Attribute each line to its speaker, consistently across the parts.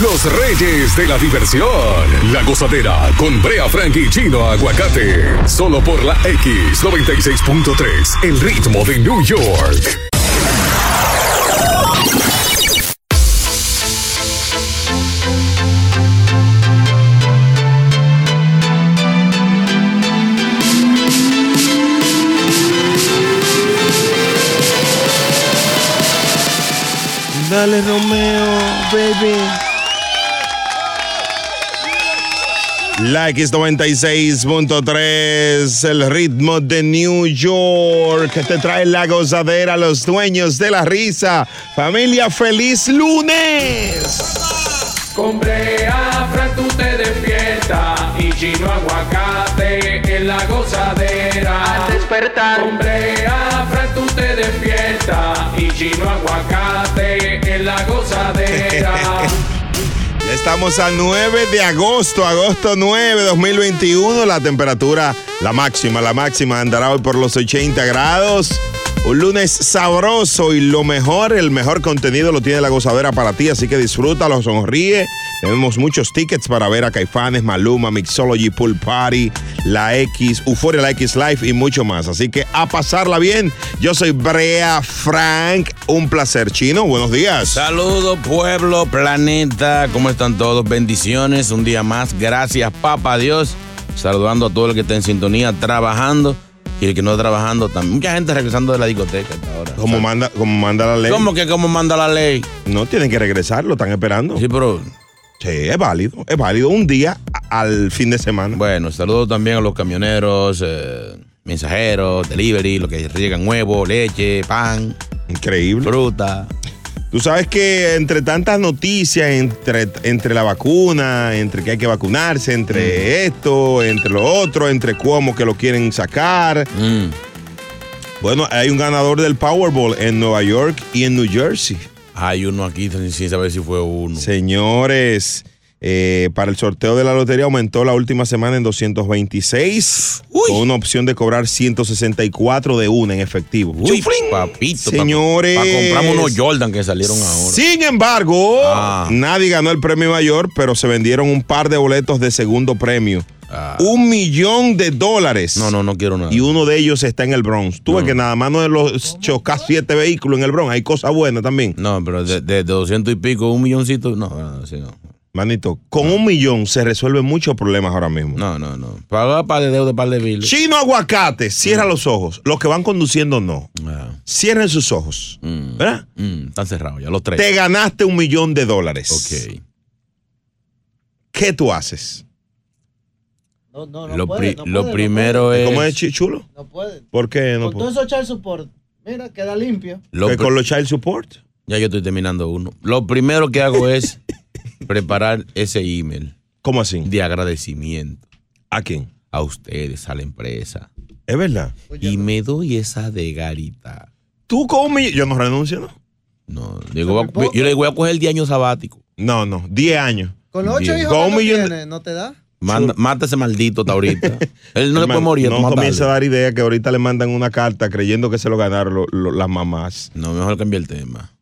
Speaker 1: Los reyes de la diversión. La gozadera con Brea Frank y Chino Aguacate. Solo por la X96.3. El ritmo de New York.
Speaker 2: Dale Romeo, baby.
Speaker 3: La X96.3, el ritmo de New York, te trae la gozadera, los dueños de la risa. Familia, feliz lunes.
Speaker 4: Con Brea, Fran, tú te despiertas y Chino Aguacate en la gozadera. Al despertar. Con Brea, Fran, tú te despiertas y Chino Aguacate en la gozadera.
Speaker 3: Ya estamos a 9 de agosto, agosto 9, 2021. La temperatura, la máxima, la máxima andará hoy por los 80 grados. Un lunes sabroso y lo mejor, el mejor contenido lo tiene la gozadera para ti, así que disfrútalo, sonríe. Tenemos muchos tickets para ver a Caifanes, Maluma, Mixology, Pool Party, La X, Euphoria, La X Live y mucho más. Así que a pasarla bien. Yo soy Brea Frank. Un placer, chino. Buenos días.
Speaker 5: Saludos, pueblo, planeta. ¿Cómo están todos? Bendiciones. Un día más. Gracias, papá Dios. Saludando a todo el que está en sintonía, trabajando. Y el que no está trabajando también. Mucha gente regresando de la discoteca hasta ahora.
Speaker 3: Como manda, como manda la ley.
Speaker 5: ¿Cómo que cómo manda la ley?
Speaker 3: No tienen que regresar, lo están esperando.
Speaker 5: Sí, pero.
Speaker 3: Sí, es válido, es válido. Un día a- al fin de semana.
Speaker 5: Bueno, saludos también a los camioneros, eh, mensajeros, delivery, los que llegan huevo, leche, pan,
Speaker 3: Increíble.
Speaker 5: fruta.
Speaker 3: Tú sabes que entre tantas noticias, entre, entre la vacuna, entre que hay que vacunarse,
Speaker 5: Mm.
Speaker 3: entre esto, entre lo otro, entre cómo que lo quieren sacar.
Speaker 5: Mm.
Speaker 3: Bueno, hay un ganador del Powerball en Nueva York y en New Jersey.
Speaker 5: Hay uno aquí sin sin saber si fue uno.
Speaker 3: Señores, eh, para el sorteo de la lotería aumentó la última semana en 226, con una opción de cobrar 164 de una en efectivo.
Speaker 5: Uy,
Speaker 3: Chuflín.
Speaker 5: papito.
Speaker 3: Señores.
Speaker 5: Pa, compramos unos Jordan que salieron ahora.
Speaker 3: Sin embargo,
Speaker 5: Ah.
Speaker 3: nadie ganó el premio mayor, pero se vendieron un par de boletos de segundo premio. Un millón de dólares.
Speaker 5: Ah. No, no, no quiero nada.
Speaker 3: Y uno de ellos está en el Bronx. Tú ves que nada más no de los chocas siete vehículos en el Bronx. Hay cosas buenas también.
Speaker 5: No, pero de, de, de 200 y pico, un milloncito. No, no, sí, no.
Speaker 3: Manito, con un millón se resuelven muchos problemas ahora mismo.
Speaker 5: No, no, no. Pagar par de deuda, par de biles.
Speaker 3: Chino aguacate, cierra los ojos. Los que van conduciendo no.
Speaker 5: Ah.
Speaker 3: Cierren sus ojos. ¿Verdad?
Speaker 5: Mm, están cerrados ya, los tres.
Speaker 3: Te ganaste un millón de dólares.
Speaker 5: Ok.
Speaker 3: ¿Qué tú haces?
Speaker 6: No, no, no
Speaker 5: lo
Speaker 6: puede,
Speaker 5: pri-
Speaker 6: no
Speaker 5: lo
Speaker 6: puede,
Speaker 5: primero es.
Speaker 3: ¿Cómo es, chi- chulo?
Speaker 6: No puede.
Speaker 3: ¿Por qué no
Speaker 5: Pues
Speaker 6: Con todo
Speaker 3: puedo?
Speaker 6: eso child support, mira, queda limpio.
Speaker 5: lo
Speaker 3: ¿Que
Speaker 5: pri-
Speaker 3: ¿Con los child support?
Speaker 5: Ya yo estoy terminando uno. Lo primero que hago es preparar ese email
Speaker 3: ¿Cómo así?
Speaker 5: de agradecimiento
Speaker 3: ¿A quién?
Speaker 5: a ustedes, a la empresa.
Speaker 3: Es verdad.
Speaker 5: Y me doy esa de garita.
Speaker 3: Tú con un millón. Yo no renuncio, ¿no?
Speaker 5: No, digo, va- yo le digo, voy a coger el día año sabático.
Speaker 3: No, no. Diez años.
Speaker 6: Con los ocho
Speaker 5: Bien.
Speaker 6: hijos
Speaker 3: Con
Speaker 6: que
Speaker 3: un
Speaker 6: tú
Speaker 3: millón de-
Speaker 6: tienes, ¿no te da?
Speaker 5: Manda, mata ese maldito hasta ahorita. Él no le puede
Speaker 3: Hermano,
Speaker 5: morir.
Speaker 3: No
Speaker 5: tú mátalo.
Speaker 3: comienza a dar idea que ahorita le mandan una carta creyendo que se lo ganaron lo- lo- las mamás.
Speaker 5: No, mejor cambié el tema.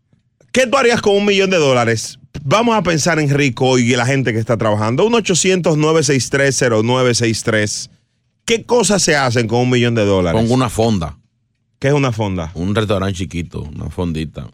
Speaker 3: ¿Qué tú harías con un millón de dólares? Vamos a pensar en Rico y la gente que está trabajando. 1-800-963-0963. ¿Qué cosas se hacen con un millón de dólares?
Speaker 5: Pongo una fonda,
Speaker 3: ¿Qué es una fonda?
Speaker 5: un restaurante chiquito, una fondita.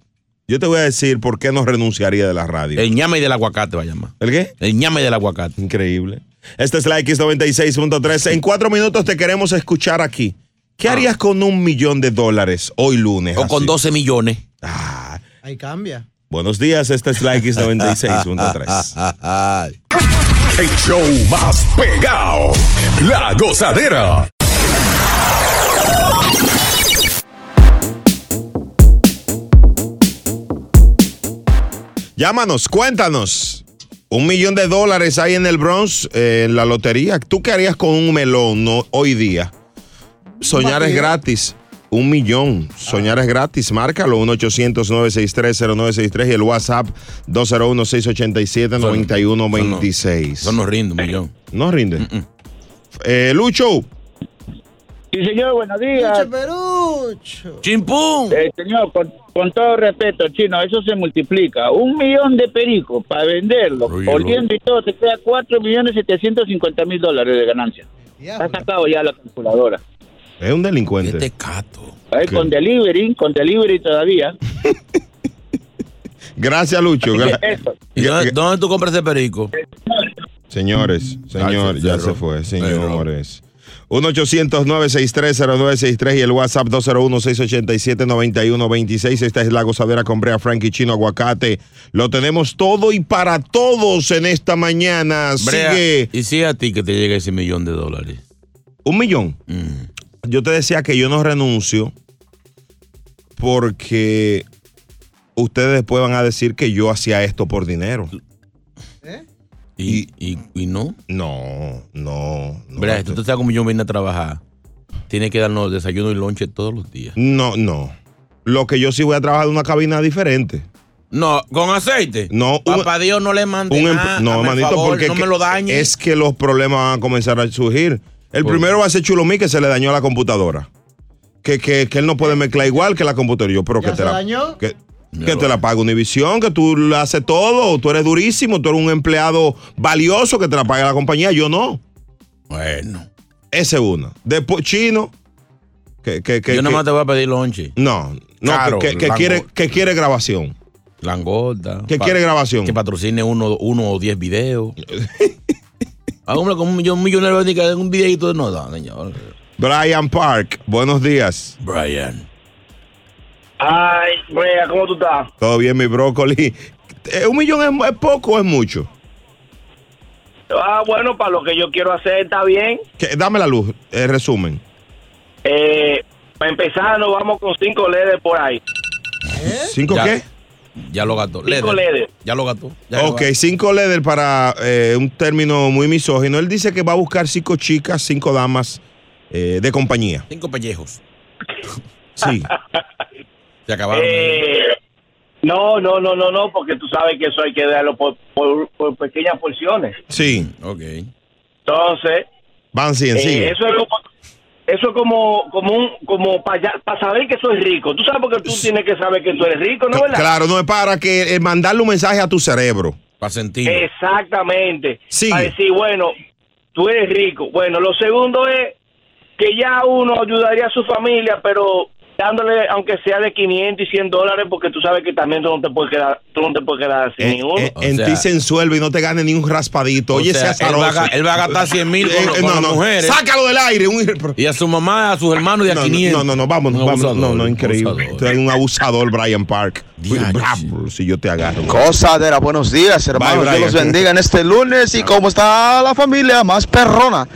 Speaker 3: Yo te voy a decir por qué no renunciaría de la radio.
Speaker 5: El ñame del aguacate va a llamar.
Speaker 3: ¿El qué?
Speaker 5: El ñame del aguacate.
Speaker 3: Increíble. Esta es la X96.3. En cuatro minutos te queremos escuchar aquí. ¿Qué harías con un millón de dólares hoy lunes?
Speaker 5: Ah. O con
Speaker 3: así?
Speaker 5: 12 millones.
Speaker 3: Ah,
Speaker 6: Ahí cambia.
Speaker 3: buenos días, esta es la X96.3.
Speaker 1: El show más pegado. La gozadera.
Speaker 3: Llámanos, cuéntanos. Un millón de dólares hay en el Bronx, eh, en la lotería. ¿Tú qué harías con un melón no, hoy día? Soñar es gratis. Un millón. Soñar es gratis. Márcalo 1-800-963-0963 y el WhatsApp 201-687-9126.
Speaker 5: Eso nos rinde un millón.
Speaker 3: No rinde. Eh, Lucho,
Speaker 7: Sí, señor, buenos días.
Speaker 6: Pinche Perucho.
Speaker 5: ¡Chimpum!
Speaker 7: Eh, señor, con, con todo respeto, chino, eso se multiplica. Un millón de pericos para venderlo,
Speaker 5: Oye,
Speaker 7: oliendo y todo, te queda cuatro millones setecientos cincuenta mil dólares de ganancia. Está
Speaker 6: Diablo.
Speaker 7: sacado ya la calculadora.
Speaker 3: Es un
Speaker 5: ¿Qué
Speaker 3: delincuente.
Speaker 5: te cato?
Speaker 7: Ahí
Speaker 3: Ok.
Speaker 7: Con delivery, con delivery todavía.
Speaker 3: Gracias, Lucho. gra-
Speaker 7: Eh, Eso.
Speaker 5: ¿Y
Speaker 3: Gra-
Speaker 5: dónde, dónde tú compras ese perico?
Speaker 3: Señores, señor,
Speaker 5: Gracias,
Speaker 3: ya
Speaker 5: Ferro.
Speaker 3: se fue,
Speaker 5: Ferro.
Speaker 3: señores. 1-800-963-0963 y el WhatsApp 201-687-9126. Esta es la gozadera con Brea Frankie Chino Aguacate. Lo tenemos todo y para todos en esta mañana.
Speaker 5: Brea,
Speaker 3: Sigue
Speaker 5: Y si a ti que te llega ese millón de dólares.
Speaker 3: un millón.
Speaker 5: Mm.
Speaker 3: Yo te decía que yo no renuncio porque ustedes después van a decir que yo hacía esto por dinero.
Speaker 6: ¿Eh?
Speaker 5: Y, y, y no.
Speaker 3: No, no. no
Speaker 5: Brea, si tú te sacas un millón, viene a trabajar. Tienes que darnos desayuno y lonche todos los días.
Speaker 3: No, no. Lo que yo sí voy a trabajar en una cabina diferente.
Speaker 5: No, con aceite.
Speaker 3: No, un-
Speaker 5: Papá Dios no le mande
Speaker 3: Un em-
Speaker 5: nada.
Speaker 3: no,
Speaker 5: Hazme Ah, el
Speaker 3: manito,
Speaker 5: favor,
Speaker 3: porque
Speaker 5: no
Speaker 3: que-
Speaker 5: me lo dañe.
Speaker 3: es que los problemas van a comenzar a surgir. El
Speaker 5: ¿Por
Speaker 3: primero va a ser Chulomí que se le dañó a la computadora. Que, que, que él no puede mezclar igual que la computadora. Yo, pero
Speaker 6: Eh. ¿Ya se
Speaker 3: que te la,
Speaker 6: dañó?
Speaker 3: que,
Speaker 5: Ya
Speaker 3: que
Speaker 5: lo
Speaker 3: te la paga Univisión, que tú la haces todo, tú eres durísimo, tú eres un empleado valioso que te la paga la compañía. Yo no.
Speaker 5: Bueno,
Speaker 3: Ese es uno. Después, chino. Que, que, Eh, que-
Speaker 5: yo nada
Speaker 3: que-
Speaker 5: más te voy a pedir lonche.
Speaker 3: no, no,
Speaker 5: Caro,
Speaker 3: que, que- que
Speaker 5: lango-
Speaker 3: quiere, que quiere grabación.
Speaker 5: Langorda.
Speaker 3: Que
Speaker 5: pa-
Speaker 3: quiere grabación.
Speaker 5: Que patrocine uno, uno o diez videos. Hágame con un millón, un millonero ni que un videito de no, no, señor.
Speaker 3: Brian Park, buenos días.
Speaker 5: Brian.
Speaker 7: Ay, Brea, ¿cómo tú estás?
Speaker 3: Todo bien, mi brócoli. Eh, ¿Un millón es, es poco o es mucho?
Speaker 7: Ah, bueno, para lo que yo quiero hacer está bien.
Speaker 3: Que- dame la luz, el resumen.
Speaker 7: Eh, para empezar, nos vamos con cinco LEDs por ahí.
Speaker 3: ¿Cinco
Speaker 5: ¿Eh? Ya.
Speaker 3: qué?
Speaker 5: Ya lo gastó.
Speaker 7: Cinco
Speaker 5: Leder.
Speaker 7: Leder.
Speaker 5: Ya lo gastó. Ya lo
Speaker 3: Ok,
Speaker 5: gastó.
Speaker 3: cinco leder para eh, un término muy misógino. Él dice que va a buscar cinco chicas, cinco damas eh, de compañía.
Speaker 5: Cinco pellejos.
Speaker 3: Sí.
Speaker 5: Se acabaron.
Speaker 7: Eh, no, no, no, no, no, porque tú sabes que eso hay que darlo por, por- por pequeñas porciones.
Speaker 3: sí.
Speaker 5: ok.
Speaker 7: Entonces,
Speaker 3: Van cien,
Speaker 7: eh,
Speaker 3: Ah, sigue.
Speaker 7: eso es como, eso es como, como, un, como para saber que soy rico. Tú sabes porque tú tienes que saber que tú eres rico, ¿no? ¿verdad?
Speaker 3: Claro, no es para que eh, mandarle un mensaje a tu cerebro.
Speaker 5: Para sentir.
Speaker 7: Exactamente.
Speaker 3: Sigue.
Speaker 7: Para decir, bueno, tú eres rico. Bueno, lo segundo es que ya uno ayudaría a su familia, pero dándole aunque sea de 500 y 100 dólares porque tú sabes que también tú no te puedes quedar tú no te puedes quedar sin
Speaker 3: En,
Speaker 7: ninguno
Speaker 3: en-
Speaker 5: O
Speaker 3: Eh, en
Speaker 5: sea-
Speaker 3: ti se ensuelve y no te gane ni un raspadito.
Speaker 5: O
Speaker 3: Oye,
Speaker 5: sea,
Speaker 3: sea,
Speaker 5: él, va a, ga-
Speaker 3: azaroso.
Speaker 5: él va a gastar 100 mil con,
Speaker 3: Eh,
Speaker 5: con
Speaker 3: no,
Speaker 5: las
Speaker 3: no.
Speaker 5: mujeres.
Speaker 3: Sácalo del aire. un-
Speaker 5: Y a su mamá, a sus hermanos y a
Speaker 3: No, no, No,
Speaker 5: 500.
Speaker 3: no, no, vámonos,
Speaker 5: Un
Speaker 3: vámonos. No,
Speaker 5: abusador,
Speaker 3: no,
Speaker 5: un
Speaker 3: increíble.
Speaker 5: abusador.
Speaker 3: Tú eres un abusador, Brian Park. Fui
Speaker 5: Diache.
Speaker 3: bravo si yo te agarro.
Speaker 8: Cosadera, buenos días,
Speaker 3: Bye,
Speaker 8: hermanos.
Speaker 3: Brian.
Speaker 8: Dios los bendiga en este lunes. ¿Y cómo está la familia? Más perrona.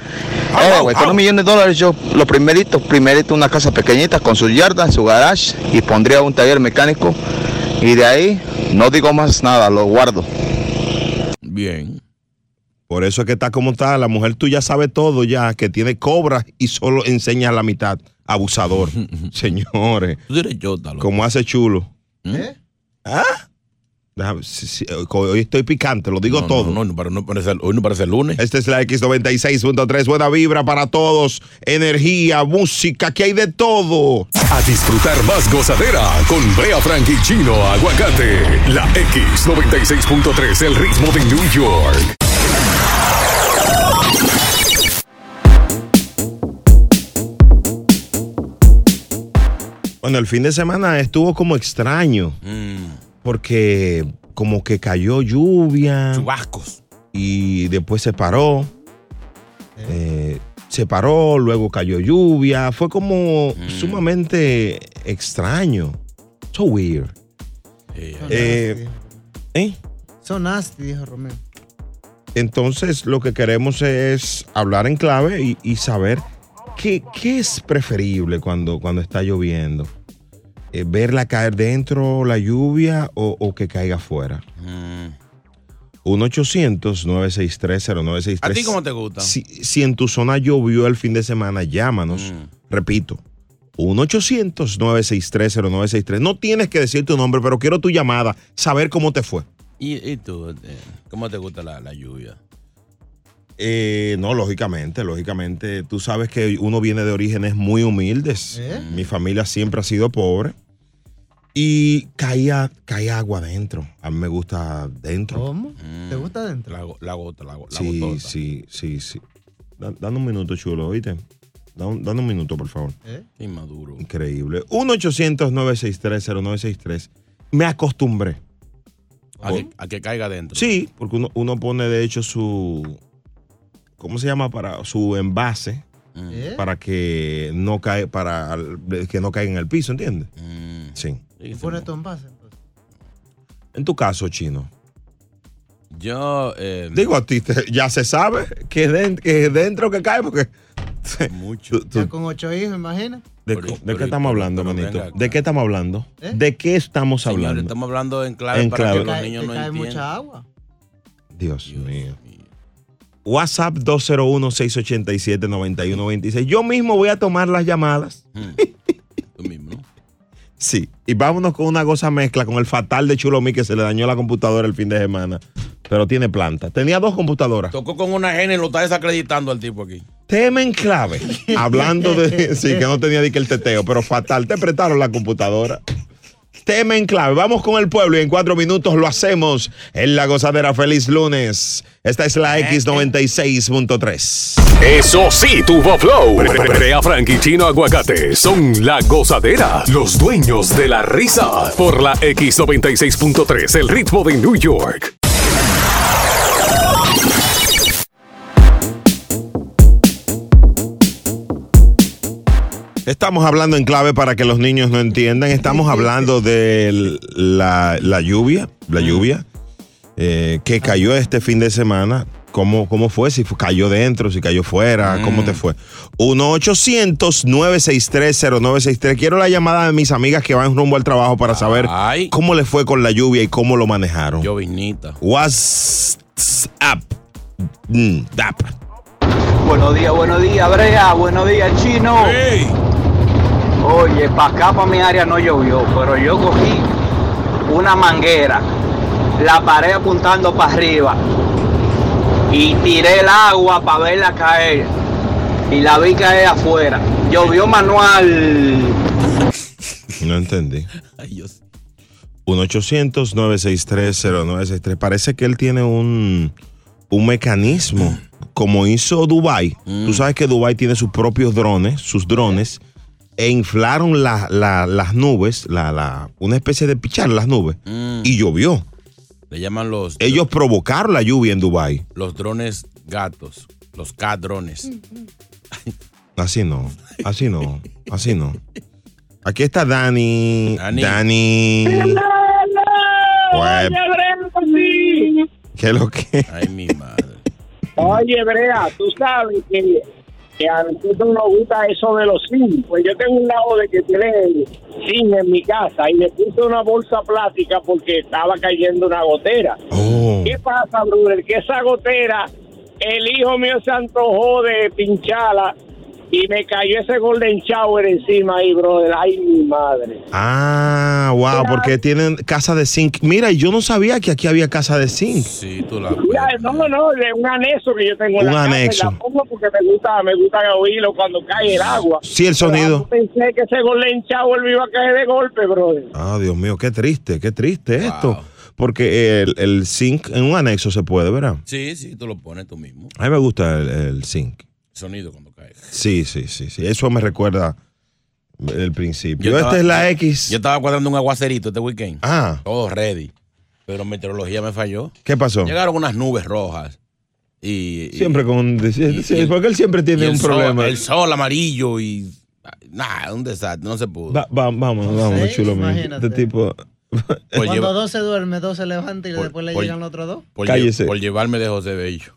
Speaker 8: Eh, güey, con un millón de dólares yo, lo primerito, primerito una casa pequeñita con su yarda, su garage y pondría un taller mecánico. Y de ahí no digo más nada, lo guardo.
Speaker 5: Bien.
Speaker 3: Por eso es que está como está. La mujer tuya sabe todo ya, que tiene cobras y solo enseña la mitad. Abusador. Señores,
Speaker 5: Tú eres chota, loco.
Speaker 3: como hace chulo. ¿Ah?
Speaker 6: ¿Eh?
Speaker 3: Déjame- sí, sí, Hoy estoy picante, lo digo
Speaker 5: No,
Speaker 3: todo.
Speaker 5: No, no, pero no parece, hoy no parece lunes.
Speaker 3: Esta es la X96.3. Buena vibra para todos. Energía, música, que hay de todo.
Speaker 1: A disfrutar más gozadera con Brea Frank y Chino Aguacate. La X96.3, el ritmo de New York.
Speaker 3: Bueno, el fin de semana estuvo como extraño. Porque como que cayó lluvia
Speaker 5: Chubascos.
Speaker 3: y después se paró. Eh, se paró, luego cayó lluvia. Fue como sumamente extraño. So weird.
Speaker 6: Son nasty,
Speaker 3: Eh,
Speaker 6: dijo.
Speaker 3: ¿Eh?
Speaker 6: Son nasty, dijo Romeo.
Speaker 3: Entonces lo que queremos es hablar en clave y, y saber qué, qué es preferible cuando, cuando está lloviendo. Eh, verla caer dentro la lluvia o, o que caiga afuera.
Speaker 5: Mm.
Speaker 3: 1-800-963-0963.
Speaker 5: ¿A ti cómo te gusta?
Speaker 3: Si, si en tu zona llovió el fin de semana, llámanos.
Speaker 5: Mm.
Speaker 3: Repito, 1-800-963-0963. No tienes que decir tu nombre, pero quiero tu llamada, saber cómo te fue.
Speaker 5: ¿Y, y tú? eh, ¿Cómo te gusta la, la lluvia?
Speaker 3: Eh, no, lógicamente, lógicamente. Tú sabes que uno viene de orígenes muy humildes.
Speaker 6: ¿Eh?
Speaker 3: Mi familia siempre ha sido pobre. Y caía, caía agua adentro. A mí me gusta adentro.
Speaker 6: ¿Cómo? ¿Te gusta adentro?
Speaker 5: La, go- la gota, la, go- la
Speaker 3: Sí,
Speaker 5: gotota.
Speaker 3: sí, sí, sí. Da- Dame un minuto, chulo, ¿oíste? Da un- Dame un minuto, por favor.
Speaker 6: ¿Eh?
Speaker 5: Qué Inmaduro.
Speaker 3: Increíble. 1-800-963-0963. Me acostumbré.
Speaker 5: A que, a que caiga adentro.
Speaker 3: Sí, porque uno, uno pone de hecho su. ¿Cómo se llama? Para su envase
Speaker 6: ¿Eh?
Speaker 5: Mm.
Speaker 3: para que no cae, para que no caiga en el piso, ¿entiendes?
Speaker 5: Mm.
Speaker 3: Sí.
Speaker 5: Sí,
Speaker 6: ¿Y
Speaker 5: sí.
Speaker 6: pones tu envase pues. entonces?
Speaker 3: En tu caso, chino.
Speaker 5: Yo. eh,
Speaker 3: Digo a ti, te- ya se sabe que es, den- que es dentro que cae, porque.
Speaker 5: Mucho.
Speaker 3: Tú-
Speaker 6: Ya con ocho hijos, imagina.
Speaker 3: ¿De,
Speaker 5: Pero-
Speaker 3: co- de
Speaker 5: pero-
Speaker 3: qué estamos
Speaker 5: pero-
Speaker 3: hablando,
Speaker 5: pero
Speaker 3: manito?
Speaker 5: venga acá.
Speaker 3: ¿De qué estamos hablando?
Speaker 6: ¿Eh?
Speaker 3: ¿De qué estamos
Speaker 5: Señores,
Speaker 3: hablando?
Speaker 5: estamos hablando en clave
Speaker 3: En
Speaker 5: para
Speaker 3: clave.
Speaker 5: que los
Speaker 6: Cae-
Speaker 5: niños
Speaker 6: te
Speaker 5: no
Speaker 6: cae
Speaker 5: entiendan.
Speaker 6: mucha agua.
Speaker 3: Dios,
Speaker 5: Dios
Speaker 3: mío.
Speaker 5: mío.
Speaker 3: WhatsApp 201-687-9126. Yo mismo voy a tomar las llamadas.
Speaker 5: Mm. Tú mismo, ¿no?
Speaker 3: Sí. Y vámonos con una cosa mezcla, con el fatal de Chulomí que se le dañó la computadora el fin de semana. Pero tiene planta. Tenía dos computadoras.
Speaker 5: Tocó con una gene y lo está desacreditando al tipo aquí.
Speaker 3: Tema en clave. Hablando de. Sí, que no tenía ni que el teteo, pero fatal. Te prestaron la computadora. Tema en clave. Vamos con el pueblo y en cuatro minutos lo hacemos en la gozadera. Feliz lunes. Esta es la X96.3.
Speaker 1: Eso sí, tuvo flow. Brea Frank y Chino Aguacate son la gozadera, los dueños de la risa. Por la X96.3, el ritmo de New York.
Speaker 3: Estamos hablando en clave para que los niños no entiendan. Estamos hablando de la, la lluvia, la lluvia eh, que cayó este fin de semana. ¿Cómo, ¿Cómo fue? Si fu- cayó dentro, si cayó fuera, ¿cómo te fue? 1-800-963-0963. Quiero la llamada de mis amigas que van rumbo al trabajo para saber
Speaker 5: Ay.
Speaker 3: cómo les fue con la lluvia y cómo lo manejaron.
Speaker 5: Llovinita.
Speaker 3: WhatsApp. Mm, dap.
Speaker 9: Buenos días, buenos días, Brea. Buenos días, Chino. Oye, para acá, para mi área no llovió, pero yo cogí una manguera, la paré apuntando para arriba y tiré el agua para verla caer. Y la vi caer afuera. Llovió manual.
Speaker 3: No entendí.
Speaker 5: Ay, Dios.
Speaker 3: 1-800-963-0963. Parece que él tiene un, un mecanismo, como hizo Dubai.
Speaker 5: Mm.
Speaker 3: Tú sabes que Dubai tiene sus propios drones, sus drones, e inflaron la- la- las nubes, la, la- una especie de pichar las nubes,
Speaker 5: Mm.
Speaker 3: y llovió.
Speaker 5: Le llaman los,
Speaker 3: Ellos provocaron la lluvia en Dubai.
Speaker 5: los drones gatos. Los cadrones.
Speaker 6: Mm.
Speaker 3: Así no, así no, así no. Aquí está Dani.
Speaker 5: Dani.
Speaker 3: Dani. Pues, ¿Qué es lo que?
Speaker 5: Ay, mi madre.
Speaker 9: Oye, Brea, tú sabes que, que a nosotros nos gusta eso de los cines. Pues yo tengo un lado de que tiene cine en mi casa y le puse una bolsa plástica porque estaba cayendo una gotera.
Speaker 3: Oh.
Speaker 9: ¿Qué pasa, brother? Que esa gotera, el hijo mío se antojó de pincharla y me cayó ese golden shower encima ahí, brother. Ay, mi madre.
Speaker 3: Ah, wow, porque tienen casa de zinc. Mira, yo no sabía que aquí había casa de zinc.
Speaker 5: Sí, tú la
Speaker 9: Ya, no, no, no, de un anexo que yo tengo en
Speaker 3: Un
Speaker 9: la casa y
Speaker 3: anexo.
Speaker 9: la pongo porque me gusta, me gusta oírlo cuando cae el agua.
Speaker 3: Sí, el sonido.
Speaker 9: Yo pensé que ese Golden Shower me iba a caer de golpe, brother.
Speaker 3: Ah, Dios mío, qué triste, qué triste
Speaker 5: Wow.
Speaker 3: esto. Porque el, el zinc en un anexo se puede, ¿verdad?
Speaker 5: Sí, sí, tú lo pones tú mismo.
Speaker 3: A mí me gusta el, el zinc.
Speaker 5: Sonido cuando caes.
Speaker 3: Sí, sí, sí, sí. Eso me recuerda el principio.
Speaker 5: Yo
Speaker 3: Esta
Speaker 5: estaba-
Speaker 3: es la X.
Speaker 5: Yo estaba cuadrando un aguacerito este weekend.
Speaker 3: Ah,
Speaker 5: Todo ready. Pero meteorología me falló.
Speaker 3: ¿qué pasó?
Speaker 5: Llegaron unas nubes rojas. Y, y-
Speaker 3: Siempre con...
Speaker 5: y- y-
Speaker 3: porque él siempre
Speaker 5: y
Speaker 3: tiene
Speaker 5: el
Speaker 3: un
Speaker 5: sol-
Speaker 3: problema.
Speaker 5: el sol amarillo y. Nada, un desastre. No se pudo.
Speaker 3: Va- va- vamos, vamos,
Speaker 6: sé,
Speaker 3: chulo mío. Este
Speaker 6: imagínate.
Speaker 3: tipo...
Speaker 5: Por
Speaker 6: Cuando
Speaker 5: lleva-
Speaker 6: dos se duerme, dos se levanta y
Speaker 5: Por-
Speaker 6: después le
Speaker 5: por-
Speaker 6: llegan los otros dos.
Speaker 5: por,
Speaker 3: cállese.
Speaker 5: lle- por llevarme de José Bello.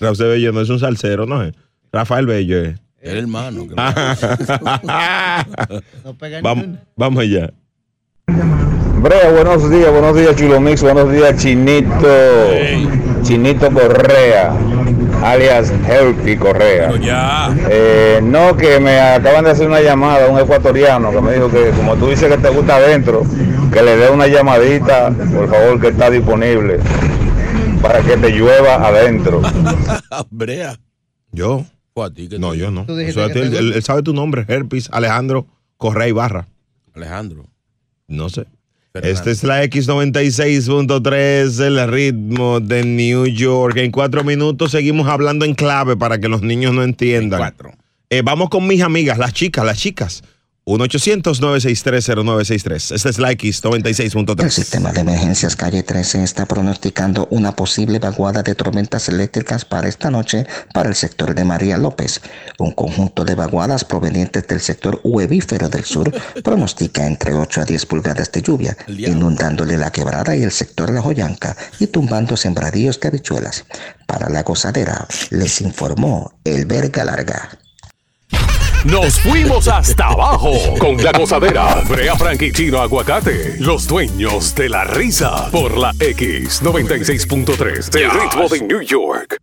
Speaker 3: Rafael Bello no es un salsero, ¿no? es? Rafael Bello es.
Speaker 5: El hermano.
Speaker 3: Ah.
Speaker 5: que-
Speaker 6: No pegan
Speaker 3: vamos,
Speaker 6: ni una.
Speaker 3: Ah. vamos allá.
Speaker 8: Brea, buenos días, buenos días Chulomix, buenos días Chinito, Chinito Correa.
Speaker 10: alias Helpi Correa.
Speaker 11: ya.
Speaker 10: Eh, no, que me acaban de hacer una llamada, un ecuatoriano que me dijo que como tú dices que te gusta adentro, que le dé una llamadita, por favor, que está disponible para que te llueva adentro.
Speaker 5: Brea.
Speaker 3: ¿Yo? No, yo no.
Speaker 5: Tú dijiste
Speaker 3: O sea,
Speaker 5: que
Speaker 3: él,
Speaker 5: te-
Speaker 3: él- él sabe tu nombre, Herpes Alejandro Correa Ibarra.
Speaker 5: Alejandro.
Speaker 3: No sé. Esta es la X96.3, el ritmo de New York. En cuatro minutos seguimos hablando en clave para que los niños no entiendan. Eh, vamos con mis amigas, las chicas, las chicas. 1-800-963-0963. Esta es la
Speaker 12: El
Speaker 3: X96.3.
Speaker 12: sistema de emergencias calle 13 está pronosticando una posible vaguada de tormentas eléctricas para esta noche para el sector de María López. Un conjunto de vaguadas provenientes del sector huevífero del sur pronostica entre 8 a 10 pulgadas de lluvia, inundándole la quebrada y el sector La Joyanca y tumbando sembradíos de habichuelas. Para la gozadera, les informó el verga larga.
Speaker 1: Nos fuimos hasta abajo con la gozadera. Brea Frank y Chino Aguacate, los dueños de la risa por la X96.3 del ritmo de New York.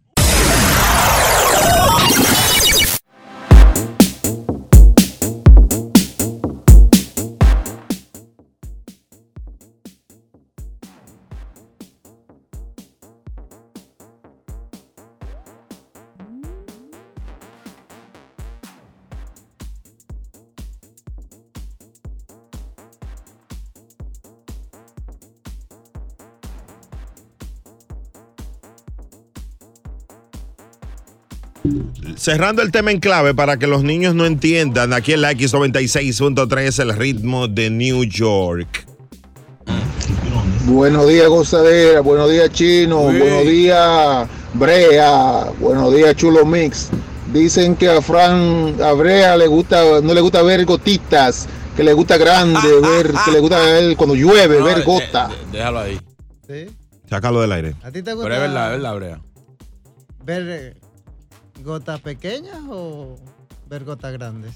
Speaker 3: Cerrando el tema en clave para que los niños no entiendan, aquí en la X96.3, el ritmo de New York.
Speaker 13: Buenos días, gozadera. Buenos días, chino. Buenos días, Brea. Buenos días, Chulo Mix. Dicen que a Fran, a Brea le gusta, no le gusta ver gotitas, que le gusta grande, ver, que le gusta ver cuando llueve,
Speaker 5: No,
Speaker 13: ver
Speaker 5: eh,
Speaker 13: gota.
Speaker 5: eh, déjalo ahí.
Speaker 3: Sácalo del aire.
Speaker 6: ¿A ti te
Speaker 5: Pero
Speaker 6: gusta
Speaker 5: es verdad, es verdad, Brea.
Speaker 6: ver eh, gotas pequeñas o ver gotas grandes?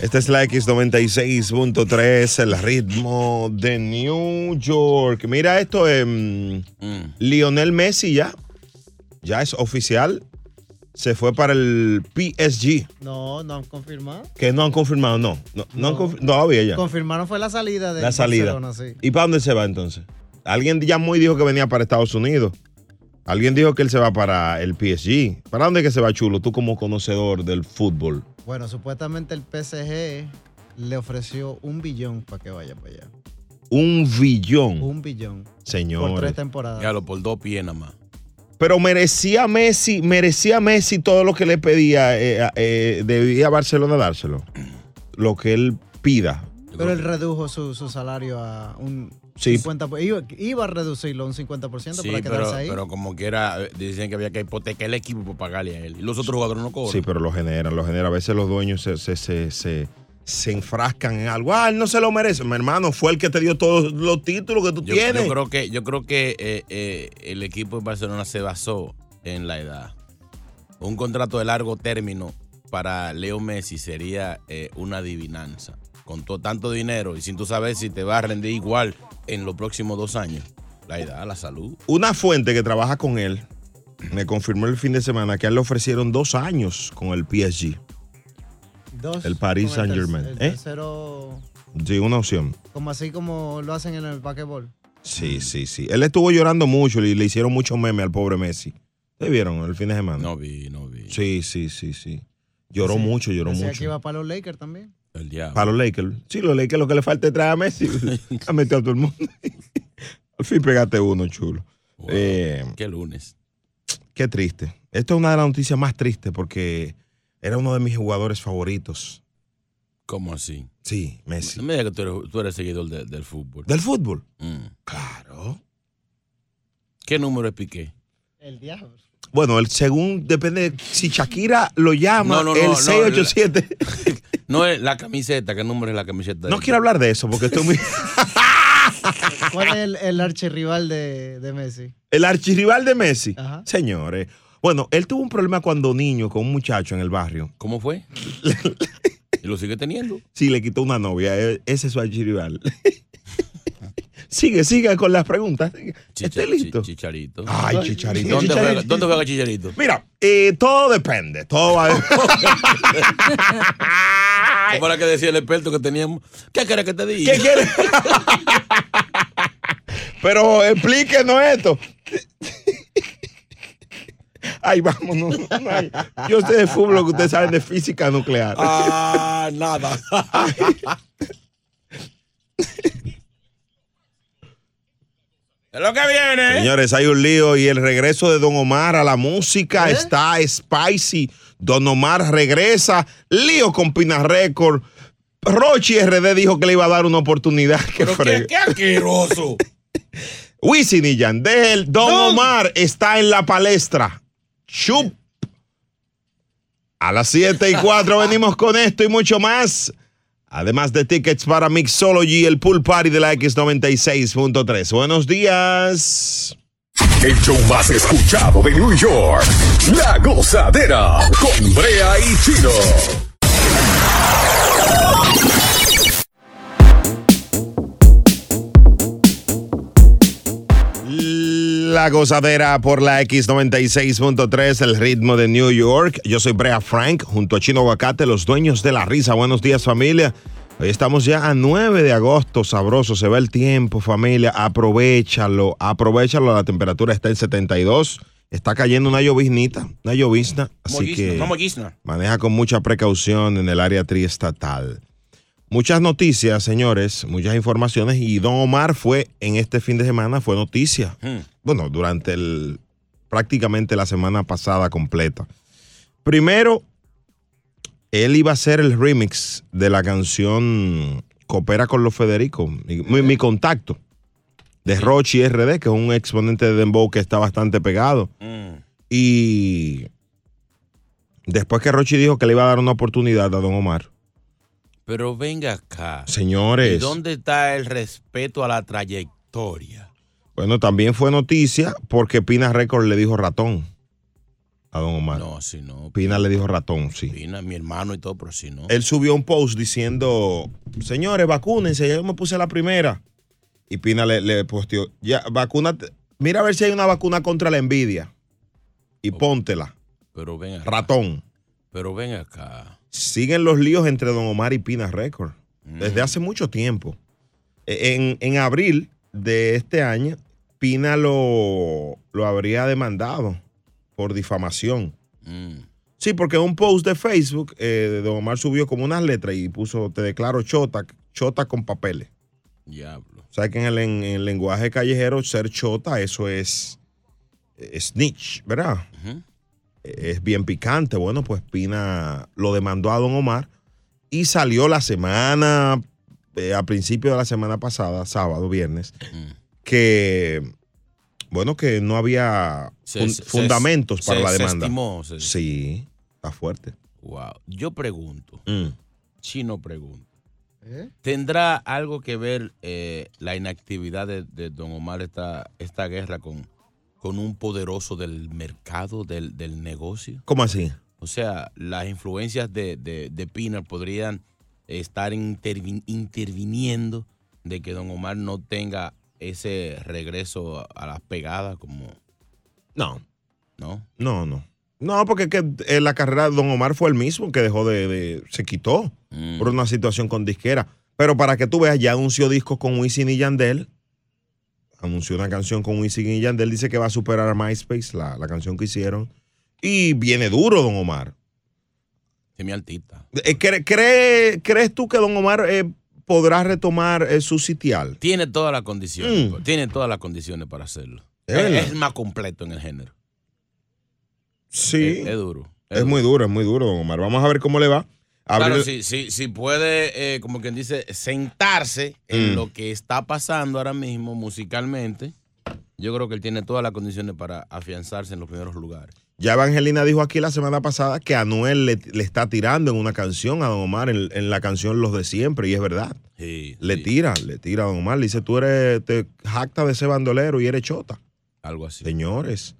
Speaker 3: Esta es la X96.3, el ritmo de New York. Mira esto, em, Lionel Messi ya, ya es oficial, se fue para el PSG,
Speaker 6: No, no han confirmado.
Speaker 3: que no han confirmado, no, no, no han confi- todavía ya,
Speaker 6: Confirmaron fue la salida de
Speaker 3: la salida.
Speaker 6: Barcelona, sí.
Speaker 3: ¿Y para dónde se va entonces? Alguien ya muy dijo que venía para Estados Unidos, alguien dijo que él se va para el PSG. ¿Para dónde que se va, Chulo? Tú como conocedor del fútbol.
Speaker 6: Bueno, supuestamente el PSG le ofreció un billón para que vaya para allá.
Speaker 3: Un billón.
Speaker 6: Un billón.
Speaker 3: Señor.
Speaker 6: Por tres temporadas.
Speaker 5: Ya lo por dos pies nada más.
Speaker 3: Pero merecía Messi, merecía Messi todo lo que le pedía, eh, eh, debía Barcelona dárselo. Lo que él pida.
Speaker 6: Pero él redujo su, su salario a un
Speaker 3: Sí.
Speaker 6: 50%. Iba, iba a reducirlo a un 50%
Speaker 5: Sí,
Speaker 6: para quedarse
Speaker 5: pero,
Speaker 6: ahí.
Speaker 5: pero como quiera, eh, dicen que había que hipotecar el equipo para pagarle a él. Y los otros jugadores no cobran.
Speaker 3: Sí, pero lo generan, lo generan. A veces los dueños se, se, se, se- se enfrascan en algo. Ah, él no se lo merece. Mi hermano fue el que te dio todos los títulos que tú
Speaker 5: Yo,
Speaker 3: tienes.
Speaker 5: yo creo que, yo creo que eh, eh, el equipo de Barcelona se basó en la edad. Un contrato de largo término para Leo Messi sería eh, una adivinanza. Con to- tanto dinero y sin tú saber si te va a rendir igual en los próximos dos años. La edad, la salud.
Speaker 3: Una fuente que trabaja con él me confirmó el fin de semana que a él le ofrecieron dos años con el PSG.
Speaker 6: Dos,
Speaker 3: el Paris
Speaker 6: Pues, con terc-
Speaker 3: Saint-Germain,
Speaker 6: El
Speaker 3: ¿eh?
Speaker 6: tercero,
Speaker 3: Sí, una opción.
Speaker 6: como así como lo hacen en el basquetbol.
Speaker 3: Sí, sí, sí. Él estuvo llorando mucho y le hicieron muchos memes al pobre Messi. ¿Te vieron el fin de semana? No
Speaker 5: vi, no vi.
Speaker 3: Sí, sí, sí, sí. Lloró
Speaker 6: Decía-
Speaker 3: mucho, lloró
Speaker 6: decía que
Speaker 3: mucho.
Speaker 6: iba para los Lakers también.
Speaker 5: El diablo.
Speaker 3: Para los Lakers. Sí, los Lakers lo que le falta es traer a Messi. ha metido a todo el mundo. al fin pegaste uno, chulo. Eh,
Speaker 5: Qué lunes.
Speaker 3: qué triste. Esto es una de las noticias más tristes porque era uno de mis jugadores favoritos.
Speaker 5: ¿Cómo así?
Speaker 3: Sí, Messi.
Speaker 5: No me digas que tú eres, tú eres seguidor de- del fútbol.
Speaker 3: ¿Del fútbol?
Speaker 5: Claro. ¿Qué número es Piqué?
Speaker 6: El diablo.
Speaker 3: Bueno, el según depende si Shakira lo llama,
Speaker 5: No, no, no,
Speaker 3: el
Speaker 5: no, eh,
Speaker 3: 687.
Speaker 5: No es la camiseta. ¿Qué número es la camiseta?
Speaker 3: No quiero hablar de eso porque estoy muy.
Speaker 6: ¿Cuál es el, el archirrival de, de Messi?
Speaker 3: El archirrival de Messi.
Speaker 6: Ajá.
Speaker 3: Señores. Bueno, él tuvo un problema cuando niño con un muchacho en el barrio.
Speaker 5: ¿Cómo fue? ¿Y lo sigue teniendo?
Speaker 3: Sí, le quitó una novia. E- Ese es su archirrival.
Speaker 2: Sigue, siga con las preguntas. Esté Este listo.
Speaker 5: Chicharito.
Speaker 2: Ay, Chicharito.
Speaker 5: ¿Dónde,
Speaker 2: Chicharito.
Speaker 5: Juega, ¿Dónde juega Chicharito?
Speaker 2: Mira, eh, todo depende. Todo va
Speaker 5: Como la que decía el experto que teníamos. ¿Qué quieres que te diga?
Speaker 2: ¿Qué quieres? Pero explíquenos esto. Ay, vámonos. Ay, yo sé de fútbol lo que ustedes saben de física nuclear.
Speaker 5: Ah, nada. Es lo que viene.
Speaker 3: Señores, hay un lío y el regreso de Don Omar a la música está spicy. Don Omar regresa, lío con Pina Record. Rochi RD dijo que le iba a dar una oportunidad. Qué frega.
Speaker 5: asqueroso.
Speaker 3: Wisin y Yandel, Don Omar está en la palestra. Chup. A las 7 y 4 venimos con esto y mucho más. Además de tickets para Mixology, el pool party de la X96.3. Buenos días.
Speaker 1: El show más escuchado de New York. La gozadera con Brea y Chino.
Speaker 3: La gozadera por la X96.3, el ritmo de New York. Yo soy Brea Frank, junto a Chino Aguacate, los dueños de la risa. Buenos días, familia. Hoy estamos ya a 9 de agosto, sabroso. Se va el tiempo, familia. Aprovechalo, aprovechalo. La temperatura está en 72. Está cayendo una lloviznita, una llovizna. Así
Speaker 5: Mollizna,
Speaker 3: que
Speaker 5: No mollizna.
Speaker 3: maneja con mucha precaución en el área triestatal. Muchas noticias, señores, muchas informaciones. Y Don Omar fue en este fin de semana, fue noticia
Speaker 5: Hmm.
Speaker 3: bueno, durante el, prácticamente la semana pasada completa. Primero, él iba a hacer el remix de la canción Coopera con los Federico, mi, mi- mi contacto, de Rochi RD, que es un exponente de Dembow que está bastante pegado.
Speaker 5: Mm.
Speaker 3: Y después que Rochi dijo que le iba a dar una oportunidad a Don Omar,
Speaker 5: Pero venga acá. ¿Y
Speaker 3: señores.
Speaker 5: dónde está el respeto a la trayectoria?
Speaker 3: Bueno, también fue noticia porque Pina Record le dijo ratón a Don Omar.
Speaker 5: No, si no.
Speaker 3: Pina le dijo ratón, sí.
Speaker 5: Pina, mi hermano y todo, pero si no.
Speaker 3: Él subió un post diciendo, señores, vacúnense, ya yo me puse la primera. Y Pina le, le posteó, ya, vacúnate, mira a ver si hay una vacuna contra la envidia. Y póntela,
Speaker 5: Pero ven acá.
Speaker 3: ratón.
Speaker 5: Pero ven acá.
Speaker 3: Siguen los líos entre Don Omar y Pina Record. Desde hace mucho tiempo. E, En, en abril de este año, Pina lo, lo habría demandado por difamación. Sí, porque un post de Facebook, eh, Don Omar subió como unas letras y puso, te declaro chota, chota con papeles.
Speaker 5: Diablo.
Speaker 3: O sea que en el, en el lenguaje callejero, ser chota, eso es, es snitch, ¿verdad? Es bien picante. Bueno, pues Pina lo demandó a Don Omar y salió la semana, eh, a principio de la semana pasada, sábado, viernes,
Speaker 5: Mm.
Speaker 3: que, bueno, que no había
Speaker 5: Se-
Speaker 3: fun-
Speaker 5: se-
Speaker 3: fundamentos
Speaker 5: se-
Speaker 3: para la
Speaker 5: se
Speaker 3: demanda.
Speaker 5: estimó, se-
Speaker 3: sí, está fuerte.
Speaker 5: Wow. Yo pregunto,
Speaker 3: Mm.
Speaker 5: Chino pregunta. ¿Tendrá algo que ver eh, la inactividad de, de Don Omar esta, esta guerra con, con un poderoso del mercado, del, del negocio?
Speaker 3: ¿Cómo así?
Speaker 5: O sea, las influencias de, de, de Pina podrían estar intervin- interviniendo de que Don Omar no tenga ese regreso a, a las pegadas como...
Speaker 3: No.
Speaker 5: ¿No?
Speaker 3: No, no. No, porque es que eh, la carrera de Don Omar fue el mismo que dejó de. de- se quitó por una situación con disquera. Pero para que tú veas, ya anunció discos con Wisin y Yandel. Anunció una canción con Wisin y Yandel. Dice que va a superar a MySpace, la, la canción que hicieron. Y viene duro, Don Omar.
Speaker 5: Que mi altita.
Speaker 3: Eh, cre- cree- ¿Crees tú que Don Omar eh, podrá retomar eh, su sitial?
Speaker 5: Tiene todas las condiciones. Tiene todas las condiciones para hacerlo.
Speaker 3: Mm. Es
Speaker 5: Es,
Speaker 3: verdad.
Speaker 5: es más completo en el género.
Speaker 3: Sí.
Speaker 5: Es, es duro.
Speaker 3: Es muy duro, es muy duro, Don Omar. Vamos a ver cómo le va. Abril-
Speaker 5: Claro, si, si, si puede, eh, como quien dice, sentarse en
Speaker 3: Mm.
Speaker 5: lo que está pasando ahora mismo musicalmente, yo creo que él tiene todas las condiciones para afianzarse en los primeros lugares.
Speaker 3: Ya Evangelina dijo aquí la semana pasada que Anuel le, le está tirando en una canción a Don Omar, en, en la canción Los de Siempre, y es verdad. le tira, le tira a Don Omar. Le dice, tú eres, te jactas de ser bandolero y eres chota.
Speaker 5: Algo así.
Speaker 3: Señores,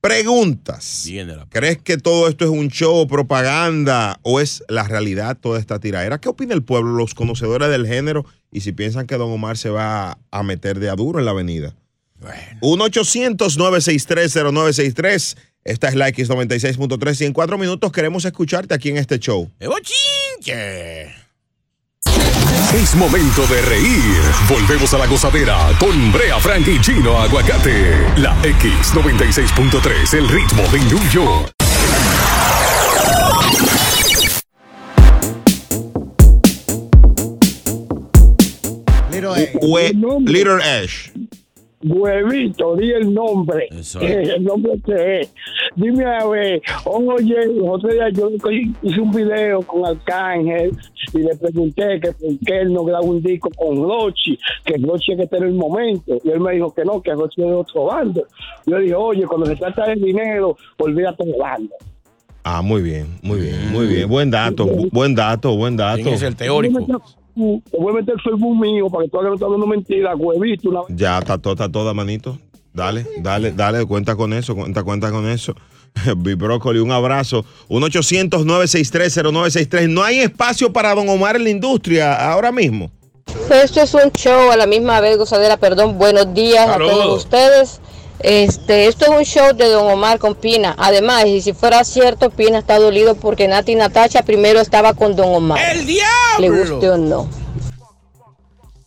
Speaker 3: preguntas.
Speaker 5: Viene la-
Speaker 3: ¿Crees que todo esto es un show, propaganda o es la realidad toda esta tiradera? ¿Qué opina el pueblo, los conocedores del género y si piensan que Don Omar se va a meter de a duro en la avenida. 1-800-963-0963. Esta es la X96.3 y en cuatro minutos queremos escucharte aquí en este show.
Speaker 1: Es momento de reír. Volvemos a la gozadera con Brea Frank y Chino Aguacate. La X96.3, el ritmo de New York.
Speaker 6: Little
Speaker 3: Ash. Little Ash.
Speaker 11: Huevito, di el nombre. Eh,
Speaker 3: Eso es.
Speaker 11: El nombre que es. Dime a ver, un oye, los otros días yo co- hice un video con Arcángel y le pregunté que por qué él no graba un disco con Rochi, que Rochi es que este era el momento. Y él me dijo que no, que Rochi es de otro bando. Yo le dije, oye, cuando se trata de dinero, olvídate de bando.
Speaker 3: Ah, muy bien, muy bien, muy bien. Buen dato, bu- buen dato, buen dato.
Speaker 11: Te voy a meter el Facebook mío para que tú hagas no estés hablando mentira, huevito, una vez.
Speaker 3: Ya, está toda, está toda, manito. Dale, dale, dale, cuenta con eso, cuenta, cuenta con eso. Big Broccoli, un abrazo. 1-800-963-0963. No hay espacio para Don Omar en la industria ahora mismo.
Speaker 14: Esto es un show a la misma vez, gozadera, perdón, buenos días a
Speaker 3: Saludos.
Speaker 14: todos ustedes. Este, esto es un show de Don Omar con Pina. Además, y si fuera cierto, Pina está dolido porque Nati Natacha primero estaba con Don Omar. ¡El diablo! Le guste o no.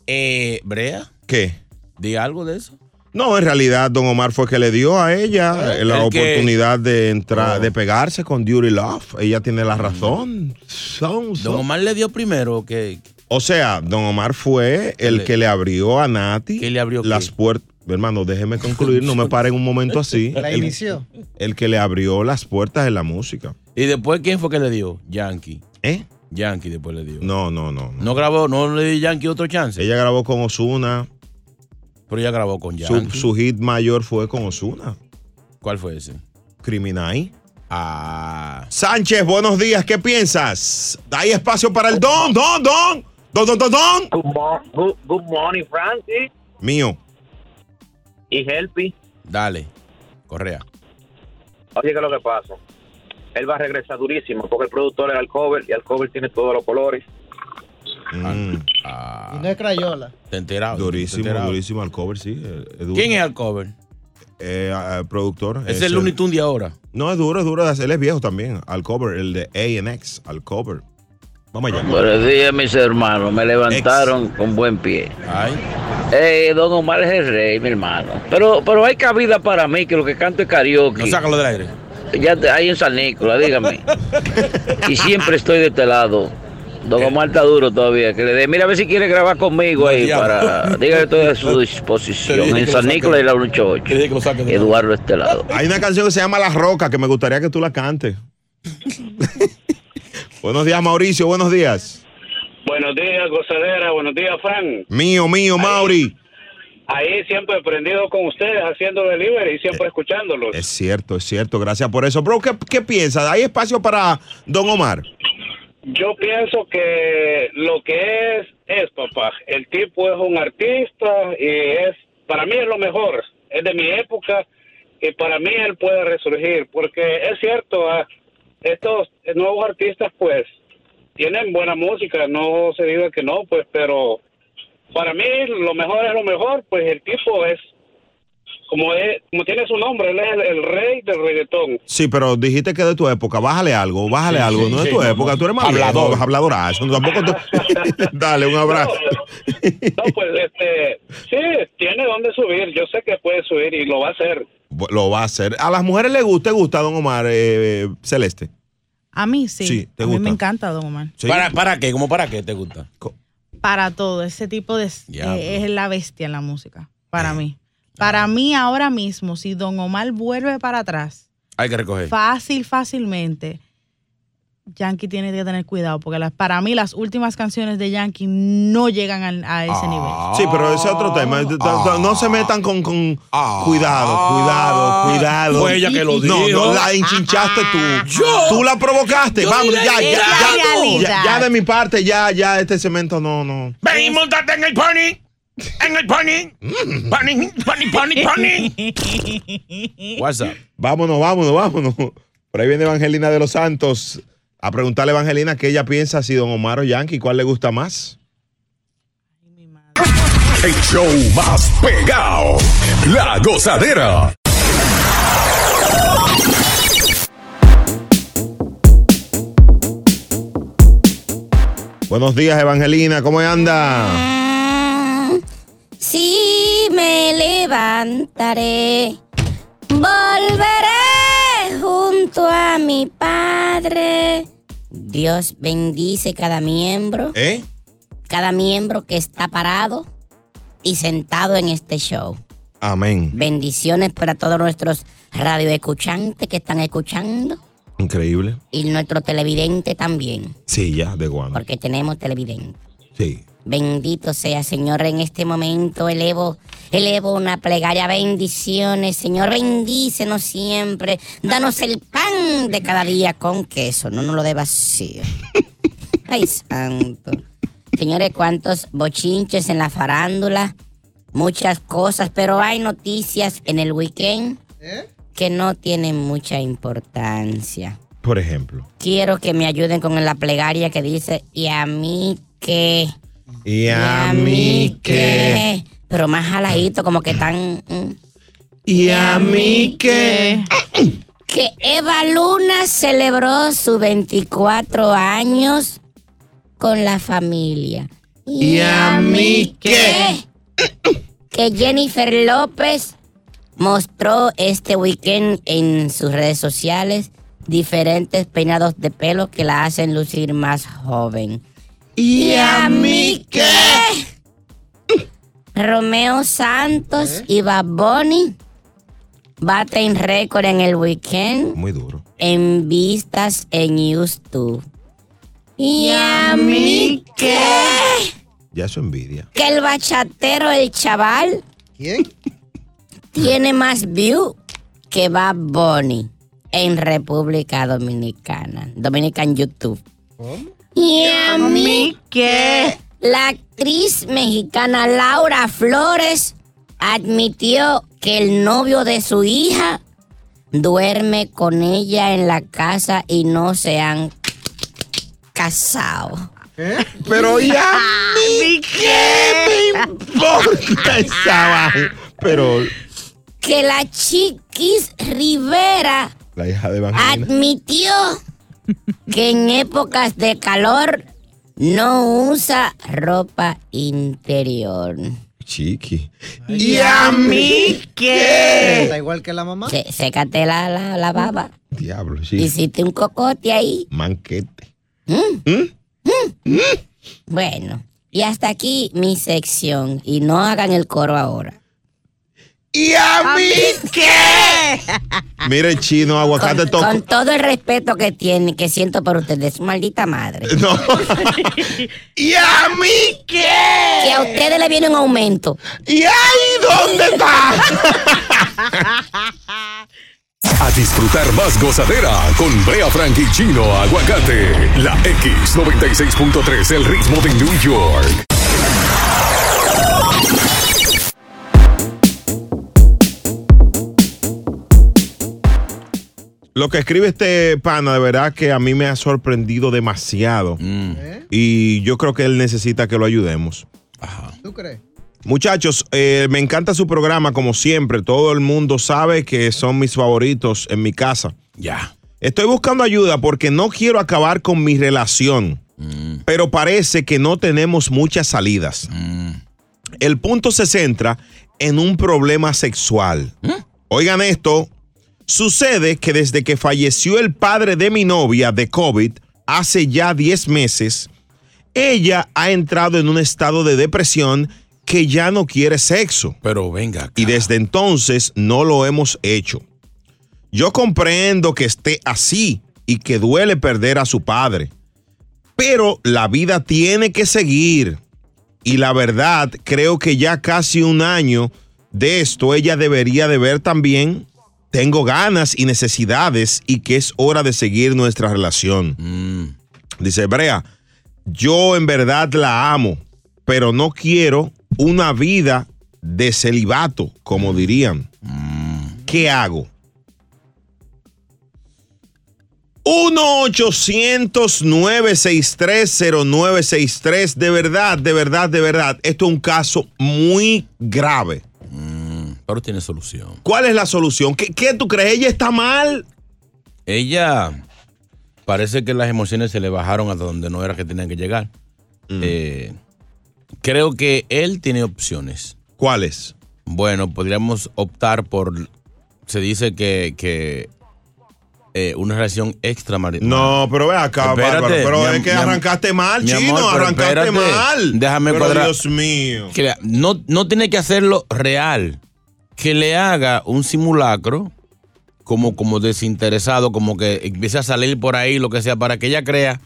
Speaker 5: Eh, Brea,
Speaker 3: ¿Qué?
Speaker 5: di algo de eso.
Speaker 3: No, en realidad Don Omar fue que le dio a ella eh, la
Speaker 5: El que- Ah.
Speaker 3: oportunidad de entrar, de pegarse con Duty Love. Ella tiene la razón. Son,
Speaker 5: Don Omar le dio primero que.
Speaker 3: O sea, Don Omar fue el que le abrió a Nati las puertas. Hermano, déjeme concluir, no me pare en un momento así.
Speaker 6: La
Speaker 3: El-
Speaker 6: inició.
Speaker 3: el que le abrió las puertas de la música.
Speaker 5: ¿Y después quién fue que le dio? Yankee.
Speaker 3: ¿Eh?
Speaker 5: Yankee después le dio.
Speaker 3: No, no, no. No,
Speaker 5: grabó, no le dio Yankee otro chance.
Speaker 3: Ella grabó con Osuna.
Speaker 5: Pero ella grabó con
Speaker 3: Su,
Speaker 5: Yankee.
Speaker 3: su hit mayor fue con Osuna.
Speaker 5: ¿Cuál fue ese?
Speaker 3: Criminal. Ah. Sánchez, buenos días. ¿Qué piensas? ¿Hay espacio para el don, don, don? Don, don, don, don.
Speaker 15: Good, good morning, Francis
Speaker 3: Mío.
Speaker 15: y Helpy.
Speaker 5: Dale, Correa.
Speaker 15: Oye, ¿qué es lo que pasa? Él va a regresar durísimo porque el productor era el cover y el cover tiene todos los colores.
Speaker 6: Y no es Crayola.
Speaker 5: Te enterado.
Speaker 3: Mm. Durísimo,
Speaker 5: te enterado.
Speaker 3: durísimo al cover, sí. Eh,
Speaker 5: ¿Quién es al cover?
Speaker 3: el productor.
Speaker 5: Es el Looney Tunes de ahora.
Speaker 3: No, es duro, es duro. Él es viejo también. Al cover, el de ANX, al cover. Vamos allá.
Speaker 16: Buenos días, mis hermanos. Me levantaron con buen pie. Eh, don Omar es el rey, mi hermano. Pero, pero hay cabida para mí, que lo que canto es karaoke. No
Speaker 5: sácalo del aire.
Speaker 16: Ya te- hay en San Nicolás, dígame. y siempre estoy de este lado.
Speaker 5: Eh.
Speaker 16: Don Omar está duro todavía. Que le dé, mira a ver si quiere grabar conmigo ahí para. Dígale estoy a su disposición. En San Nicolás y la 188. Eduardo este lado.
Speaker 3: Hay una canción que se llama La Roca que me gustaría que tú la cantes. buenos días, Mauricio. Buenos días.
Speaker 17: Buenos días, gozadera. Buenos días, Fran.
Speaker 3: Mío, mío, Mauri.
Speaker 17: Ahí siempre prendido con ustedes, haciendo delivery y siempre escuchándolos.
Speaker 3: Es cierto, es cierto. Gracias por eso. Bro, ¿qué, qué piensas? ¿Hay espacio para Don Omar?
Speaker 17: Yo pienso que lo que es, es, papá. El tipo es un artista y es, para mí es lo mejor. Es de mi época y para mí él puede resurgir. Porque es cierto, ah, estos nuevos artistas, pues, tienen buena música. No se diga que no, pues, pero para mí lo mejor es lo mejor. Pues el tipo es, como, es, como tiene su nombre, él es el- el rey del reggaetón.
Speaker 3: Sí, pero dijiste que de tu época. Bájale algo, bájale
Speaker 17: Sí,
Speaker 3: algo.
Speaker 17: sí,
Speaker 3: no es
Speaker 17: sí,
Speaker 3: tu
Speaker 17: no,
Speaker 3: época.
Speaker 17: no.
Speaker 3: Tú eres más
Speaker 17: Hablador.
Speaker 3: viejo, habladorazo. Tampoco tú- Dale, un abrazo.
Speaker 17: No, pues este, sí, tiene dónde subir. Yo sé que puede subir y lo va a hacer.
Speaker 3: Lo va a hacer. A las mujeres les gusta, te gusta Don Omar eh, Celeste.
Speaker 18: A mí sí.
Speaker 3: Sí, ¿te
Speaker 18: a
Speaker 3: gusta?
Speaker 18: mí me encanta Don Omar.
Speaker 5: ¿Para, ¿Para qué? ¿Cómo para qué te gusta?
Speaker 18: Para todo, ese tipo de...
Speaker 5: Diablo.
Speaker 18: eh, es la bestia en la música,
Speaker 3: eh.
Speaker 18: para mí.
Speaker 3: Ah.
Speaker 18: Para mí ahora mismo, si Don Omar vuelve para atrás,
Speaker 5: Hay que recoger.
Speaker 18: fácil, fácilmente, Yankee tiene que tener cuidado, porque las, para mí las últimas canciones de Yankee no llegan al- a,
Speaker 3: Ah.
Speaker 18: ese nivel.
Speaker 3: Sí, pero ese es otro tema. No se metan con, con- cuidado, cuidado, cuidado.
Speaker 5: Ah. Fue ella que lo
Speaker 3: No,
Speaker 5: dijo. Ah,
Speaker 3: no, la enchinchaste tú. Tú la provocaste.
Speaker 5: Yo
Speaker 3: Vamos,
Speaker 5: dile
Speaker 3: ya, ya,
Speaker 5: que era
Speaker 3: ya,
Speaker 5: realidad.
Speaker 3: ya, ya de mi parte, ya, ya, este cemento no, no.
Speaker 5: Ven y montate en el pony. En el pony. Pony, pony, pony, What's up?
Speaker 3: Vámonos, vámonos, vámonos. Por ahí viene Evangelina de los Santos a preguntarle a Evangelina qué ella piensa si Don Omar o Yankee, cuál le gusta más.
Speaker 1: El show más pegado. La gozadera.
Speaker 3: Buenos días, Evangelina. ¿Cómo anda?
Speaker 19: Si me levantaré, volveré junto a mi padre. Dios bendice cada miembro.
Speaker 3: ¿Eh?
Speaker 19: Cada miembro que está parado y sentado en este show.
Speaker 3: Amén.
Speaker 19: Bendiciones para todos nuestros radioescuchantes que están escuchando
Speaker 3: Increíble.
Speaker 19: y nuestro televidente también,
Speaker 3: Sí, ya, de Guam.
Speaker 19: porque tenemos televidente.
Speaker 3: Sí.
Speaker 19: Bendito sea, Señor, en este momento elevo, elevo una plegaria. Bendiciones, Señor, bendícenos siempre. Danos el pan de cada día con queso, no nos lo dé vacío. Ay, santo. Señores, cuántos bochinches en la farándula, muchas cosas, pero hay noticias en el weekend que no tienen mucha importancia.
Speaker 3: Por ejemplo.
Speaker 19: Quiero que me ayuden con la plegaria que dice, y a mí que...
Speaker 3: Y a mí que.
Speaker 19: Eh, Pero más jaladito, como que tan. mm,
Speaker 3: Y a mí que.
Speaker 19: Que Eva Luna celebró sus 24 años con la familia.
Speaker 3: Y a mí
Speaker 19: que. Que Jennifer López mostró este weekend en sus redes sociales diferentes peinados de pelo que la hacen lucir más joven.
Speaker 3: Y
Speaker 19: a mí qué. Romeo Santos y Baboni baten récord en el weekend.
Speaker 3: Muy duro.
Speaker 19: En vistas en YouTube. Y a mí qué.
Speaker 3: Ya eso envidia.
Speaker 19: Que el bachatero, el chaval. ¿Quién? Tiene más view que Bad Bunny en República Dominicana. Dominican YouTube. Y a mí que la actriz mexicana Laura Flores admitió que el novio de su hija duerme con ella en la casa y no se han casado.
Speaker 3: Pero ya
Speaker 19: mí
Speaker 3: qué me importa esa vaina. Pero
Speaker 19: Que la Chiquis Rivera
Speaker 3: la hija de Evangelina.
Speaker 19: admitió que en épocas de calor no usa ropa interior.
Speaker 3: Chiqui.
Speaker 19: ¿Y a mí qué?
Speaker 6: Está igual que la mamá.
Speaker 19: Se, sécate la, la, la baba.
Speaker 3: Diablo,
Speaker 19: Hiciste un cocote ahí.
Speaker 3: Manquete.
Speaker 19: ¿Mm? ¿Mm? Bueno, y hasta aquí mi sección. Y no hagan el coro ahora.
Speaker 3: ¿Y a
Speaker 19: mí qué?
Speaker 3: Mire, chino, aguacate tocó.
Speaker 19: Con todo el respeto que tiene, que siento por ustedes, su maldita madre.
Speaker 3: No.
Speaker 19: ¿Y a mí qué? Que a ustedes le viene un aumento.
Speaker 3: ¿Y ahí dónde está?
Speaker 1: A disfrutar más gozadera con Brea Frank y Chino Aguacate. La X96.3, el ritmo de New York.
Speaker 3: Lo que escribe este pana, de verdad que a mí me ha sorprendido demasiado. Y yo creo que él necesita que lo ayudemos.
Speaker 6: ¿Tú crees?
Speaker 3: Muchachos, eh, me encanta su programa, como siempre. Todo el mundo sabe que son mis favoritos en mi casa.
Speaker 5: Ya.
Speaker 3: Estoy buscando ayuda porque no quiero acabar con mi relación,
Speaker 5: Mm.
Speaker 3: pero parece que no tenemos muchas salidas.
Speaker 5: Mm.
Speaker 3: El punto se centra en un problema sexual.
Speaker 5: ¿Eh?
Speaker 3: Oigan esto, sucede que desde que falleció el padre de mi novia de COVID hace ya 10 meses, ella ha entrado en un estado de depresión que ya no quiere sexo.
Speaker 5: Pero venga.
Speaker 3: Y desde entonces no lo hemos hecho. Yo comprendo que esté así y que duele perder a su padre, pero la vida tiene que seguir. Y la verdad, creo que ya casi un año de esto ella debería de ver también. Tengo ganas y necesidades y que es hora de seguir nuestra relación. Dice Brea, yo en verdad la amo, pero no quiero una vida de celibato, como dirían. ¿Qué hago? 1-800-963-0963. De verdad, de verdad, de verdad. Esto es un caso muy grave.
Speaker 5: Pero tiene solución.
Speaker 3: ¿Cuál es la solución? ¿Qué, qué tú crees? ¿Ella está mal?
Speaker 5: Ella parece que las emociones se le bajaron hasta donde no era que tenían que llegar.
Speaker 3: Mm.
Speaker 5: Eh, creo que él tiene opciones.
Speaker 3: ¿Cuáles?
Speaker 5: Bueno, podríamos optar por. Se dice que, que eh, una relación extramarital.
Speaker 3: No, pero ve acá, Bárbaro, pero es que arrancaste mal, chino, arrancaste mal.
Speaker 5: Déjame
Speaker 3: Pero
Speaker 5: cuadrar.
Speaker 3: Dios mío.
Speaker 5: que le- no, no tiene que hacerlo real. Que le haga un simulacro como, como desinteresado, como que empiece a salir por ahí, lo que sea, para que ella crea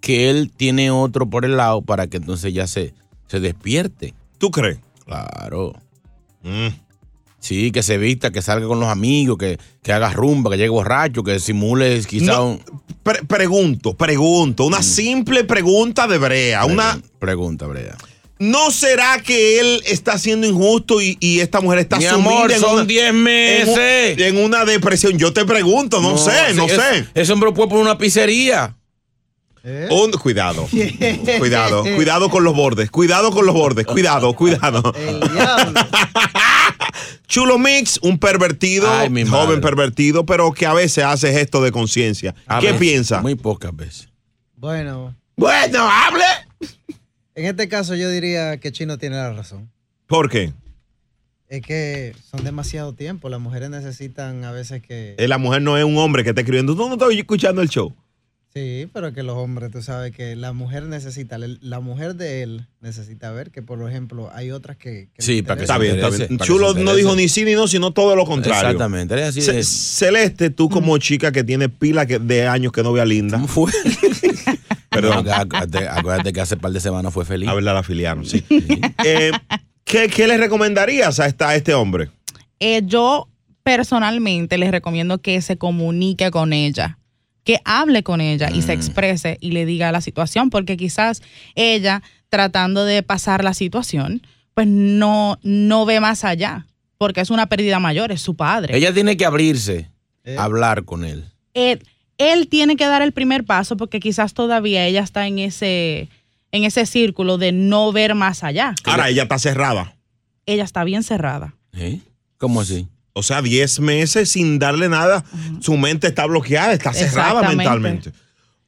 Speaker 5: que él tiene otro por el lado para que entonces ya se, se despierte.
Speaker 3: ¿Tú crees? Mm.
Speaker 5: Claro. Sí, que se vista, que salga con los amigos, que, que haga rumba, que llegue borracho, que simule quizá
Speaker 3: No,
Speaker 5: un... Mm.
Speaker 3: pre- pregunto, pregunto, una simple pregunta de Brea, una
Speaker 5: Pregunta, Brea.
Speaker 3: ¿No será que él está siendo injusto y, y esta mujer está
Speaker 5: Mi
Speaker 3: sumida
Speaker 5: amor,
Speaker 3: en
Speaker 5: son
Speaker 3: una-
Speaker 5: 10
Speaker 3: en un-
Speaker 5: meses.
Speaker 3: En, una depresión. Yo te pregunto, no, sé,
Speaker 5: sí,
Speaker 3: no
Speaker 5: es-
Speaker 3: sé.
Speaker 5: Ese hombre fue por una pizzería.
Speaker 3: Un- cuidado, cuidado, cuidado con los bordes, cuidado con los bordes, cuidado, cuidado. Chulo Mix, un pervertido, joven pervertido, pero que a veces hace gestos de conciencia.
Speaker 5: A
Speaker 3: ¿Qué
Speaker 5: veces,
Speaker 3: piensa?
Speaker 5: Muy pocas veces.
Speaker 6: Bueno.
Speaker 3: Bueno, hable.
Speaker 6: En este caso yo diría que Chino tiene la razón.
Speaker 3: ¿Por qué?
Speaker 6: Es que son demasiado tiempo. Las mujeres necesitan a veces que...
Speaker 3: Eh, La mujer no es un hombre que está escribiendo. Tú no estás escuchando el show.
Speaker 6: Sí, pero que los hombres, tú sabes que la mujer necesita, la mujer de él necesita ver que, por ejemplo, hay otras que... que le
Speaker 5: Sí, para que
Speaker 6: interesa.
Speaker 3: Está
Speaker 5: se
Speaker 3: bien, está
Speaker 5: interese,
Speaker 3: bien.
Speaker 5: para que
Speaker 3: Chulo
Speaker 5: se
Speaker 3: no
Speaker 5: interese.
Speaker 3: dijo ni sí ni no, sino todo lo contrario.
Speaker 5: Exactamente, es así
Speaker 3: Ce-
Speaker 5: es.
Speaker 3: Celeste, tú como chica que tiene pila que- de años que no ve a Linda. ¿Cómo
Speaker 5: fue?
Speaker 3: Perdón.
Speaker 5: Acu- Acuérdate, acuérdate que hace par de semanas fue feliz.
Speaker 3: A ver, la afiliaron, sí. Eh, ¿qué, qué le recomendarías a, esta, a este hombre?
Speaker 18: Eh, yo personalmente les recomiendo que se comunique con ella, que hable con ella y se exprese y le diga la situación, porque quizás ella tratando de pasar la situación, pues no, no ve más allá, porque es una pérdida mayor, es su padre.
Speaker 5: Ella tiene que abrirse,
Speaker 3: Eh.
Speaker 5: hablar con él.
Speaker 18: él, Eh, él tiene que dar el primer paso porque quizás todavía ella está en ese, en ese círculo de no ver más allá.
Speaker 3: Ahora, ella está cerrada.
Speaker 18: Ella está bien cerrada.
Speaker 5: ¿Cómo así?
Speaker 3: O sea, 10 meses sin darle nada. Su mente está bloqueada, está cerrada
Speaker 18: Exactamente.
Speaker 3: mentalmente.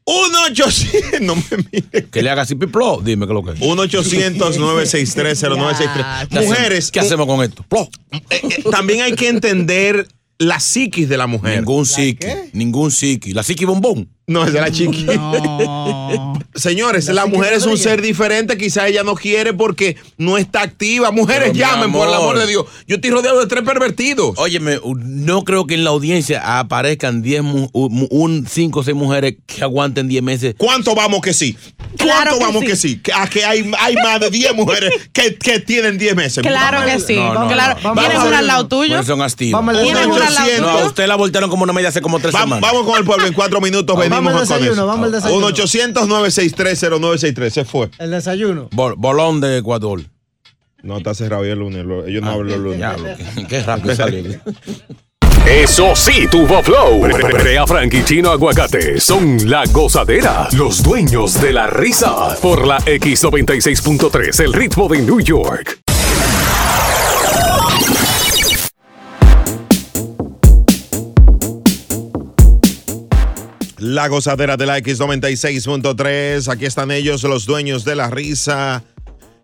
Speaker 3: 1-800. No me mire.
Speaker 5: Que le haga así piplo. Dime qué es lo que es.
Speaker 3: 1-800-963-0963.
Speaker 5: ¿Qué hacemos-
Speaker 3: Mujeres. Eh,
Speaker 5: ¿Qué hacemos con esto? Plo.
Speaker 3: También hay que entender la psiquis de la mujer.
Speaker 5: Ningún psiqui. Ningún psiqui. La psiqui bombón.
Speaker 3: No, esa es la chiqui. Señores, la, mujer es un ser diferente. Quizás ella no quiere porque no está activa. Mujeres,
Speaker 5: Pero, mi
Speaker 3: llamen, por el amor
Speaker 5: amor.
Speaker 3: de Dios. Yo estoy rodeado de tres pervertidos.
Speaker 5: Óyeme, no creo que en la audiencia aparezcan 10, 5 o 6 mujeres que aguanten 10 meses.
Speaker 3: ¿Cuánto vamos que sí? ¿Cuánto
Speaker 5: Claro que
Speaker 3: vamos
Speaker 5: sí.
Speaker 3: que sí? Que- A que hay, hay más de 10 mujeres que, que tienen 10 meses.
Speaker 18: Claro que sí, claro. ¿Tienes una al lado tuyo?
Speaker 5: Pues son astidos.
Speaker 18: Vamos al ¿Tienes una al lado
Speaker 5: No,
Speaker 18: tuyo?
Speaker 5: a usted la voltearon como una media hace como 3
Speaker 3: Vamos,
Speaker 5: semanas.
Speaker 3: vamos con el pueblo en cuatro minutos.
Speaker 5: Vamos
Speaker 3: venimos
Speaker 5: al desayuno, vamos al desayuno.
Speaker 3: 1 800 963 0963 Se fue.
Speaker 6: El desayuno.
Speaker 5: Bol- bolón de Ecuador. Ah, eh,
Speaker 3: No, está cerrado hoy el lunes. lo- Ellos no hablan el lunes.
Speaker 5: Qué rápido salió.
Speaker 1: Eso sí, tuvo flow. Bre- bre- Brea Frank y Chino Aguacate son la gozadera, los dueños de la risa. Por la X96.3, el ritmo de New York.
Speaker 3: La gozadera de la X96.3. Aquí están ellos, los dueños de la risa.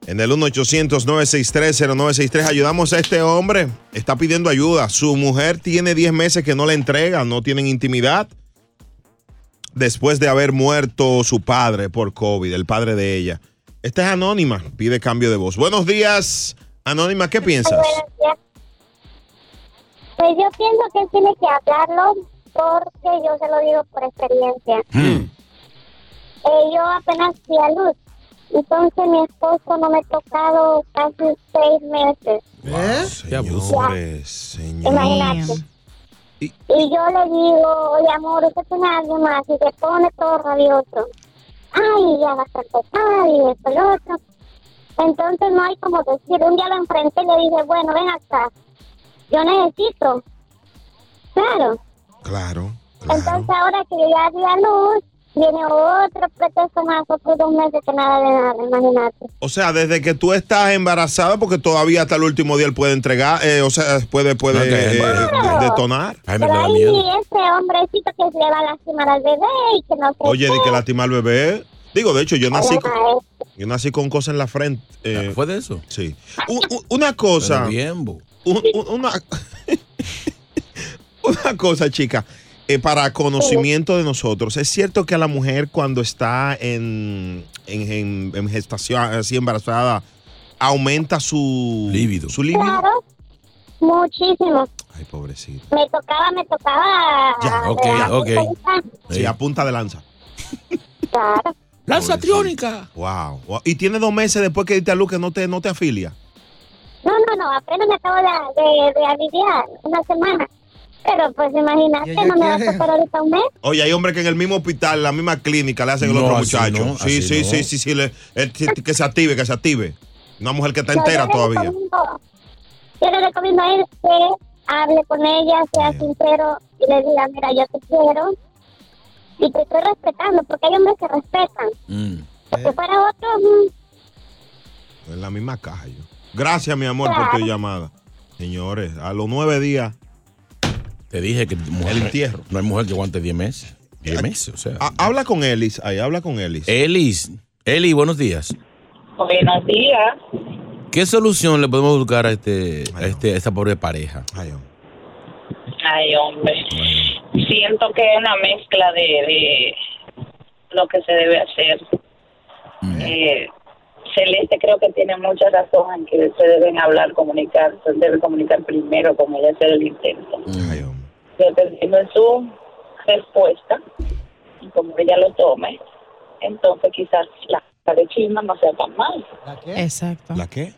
Speaker 3: En el 1-800-963-0963 ayudamos a este hombre. Está pidiendo ayuda. Su mujer tiene 10 meses que no le entrega, no tienen intimidad. Después de haber muerto su padre por COVID, el padre de ella. Esta es Anónima, pide cambio de voz. Buenos días, Anónima, ¿qué piensas?
Speaker 20: Pues yo pienso que él tiene que hablarlo porque yo se lo digo por experiencia. Eh, yo apenas fui a luz, entonces mi esposo no me ha tocado casi seis meses.
Speaker 3: Señores,
Speaker 20: Imagínate. Y yo le digo, oye amor, usted tiene a alguien más y se pone todo rabioso. Ay, ya va a ser pesado y esto y lo otro. Entonces no hay como decir, un día lo enfrenté y le dije, bueno, ven acá, yo necesito. Claro.
Speaker 3: Claro.
Speaker 20: Entonces ahora que yo ya di a luz, viene otro pretexto más, otros dos meses que nada de nada, imagínate.
Speaker 3: O sea, desde que tú estás embarazada, porque todavía hasta el último día él puede entregar, eh, o sea, puede, puede eh,
Speaker 20: Claro.
Speaker 3: de- detonar.
Speaker 20: Pero ahí ese hombrecito que se le va a lastimar al bebé y que no sé
Speaker 3: Oye, de
Speaker 20: qué.
Speaker 3: que lastima al bebé. Digo, de hecho, yo nací
Speaker 20: Ay,
Speaker 3: con,
Speaker 20: ay.
Speaker 3: yo nací con cosas en la frente. ¿Fue de eso? Sí. Un- un- una cosa.
Speaker 5: Pero bien,
Speaker 3: un- un- una, una cosa, chica. eh, para conocimiento de nosotros, es cierto que a la mujer cuando está en, en, en- en gestación, así embarazada, aumenta su líbido. Su líbido.
Speaker 20: Claro, muchísimo.
Speaker 3: Ay, pobrecito.
Speaker 20: Me tocaba, me tocaba.
Speaker 3: Ya, ok,
Speaker 20: Ah,
Speaker 3: ok.
Speaker 20: ah,
Speaker 3: Sí, a punta de lanza.
Speaker 20: Claro.
Speaker 3: Lanza triónica. Wow. wow. Y tiene dos meses después que diste a luz que no te, no te afilia.
Speaker 20: No, no, no, apenas me acabo de, de, de aliviar, una semana. Pero pues imagínate, no me va a tocar ahorita un mes.
Speaker 3: Oye, hay hombres que en el mismo hospital, la misma clínica, le hacen el
Speaker 5: No,
Speaker 3: otro
Speaker 5: así
Speaker 3: muchacho.
Speaker 5: no,
Speaker 3: sí,
Speaker 5: así
Speaker 3: sí,
Speaker 5: no.
Speaker 3: sí, sí, sí, le- el- que- que se active, que se active. Una mujer que está
Speaker 20: No,
Speaker 3: entera
Speaker 20: yo le
Speaker 3: todavía.
Speaker 20: recomiendo- Yo le recomiendo a él que hable con ella, sea sincero y le diga, mira, yo te quiero y te estoy respetando, porque hay hombres que respetan.
Speaker 5: Mm.
Speaker 20: Porque para otros, mm,
Speaker 3: En la misma caja yo. Gracias, mi amor, por
Speaker 20: Claro.
Speaker 3: tu llamada. Señores, a los nueve días.
Speaker 5: Te dije que mujer,
Speaker 3: El entierro.
Speaker 5: No hay mujer que aguante 10 meses. 10 meses, o sea.
Speaker 3: habla con Elis, ahí habla con Elis.
Speaker 5: Elis, Eli, buenos días.
Speaker 21: Buenos días.
Speaker 5: ¿Qué solución le podemos buscar a, este, a, este, a esta pobre pareja?
Speaker 21: Ay, hombre. Siento que es una mezcla de, de lo que se debe hacer. Eh, Celeste creo que tiene mucha razón en que se deben hablar, comunicar, se debe comunicar primero con ella, hacer el intento. Dependiendo de su respuesta y como ella lo tome, entonces quizás la la de chisma no sea tan mal.
Speaker 18: Exacto.
Speaker 3: ¿La qué?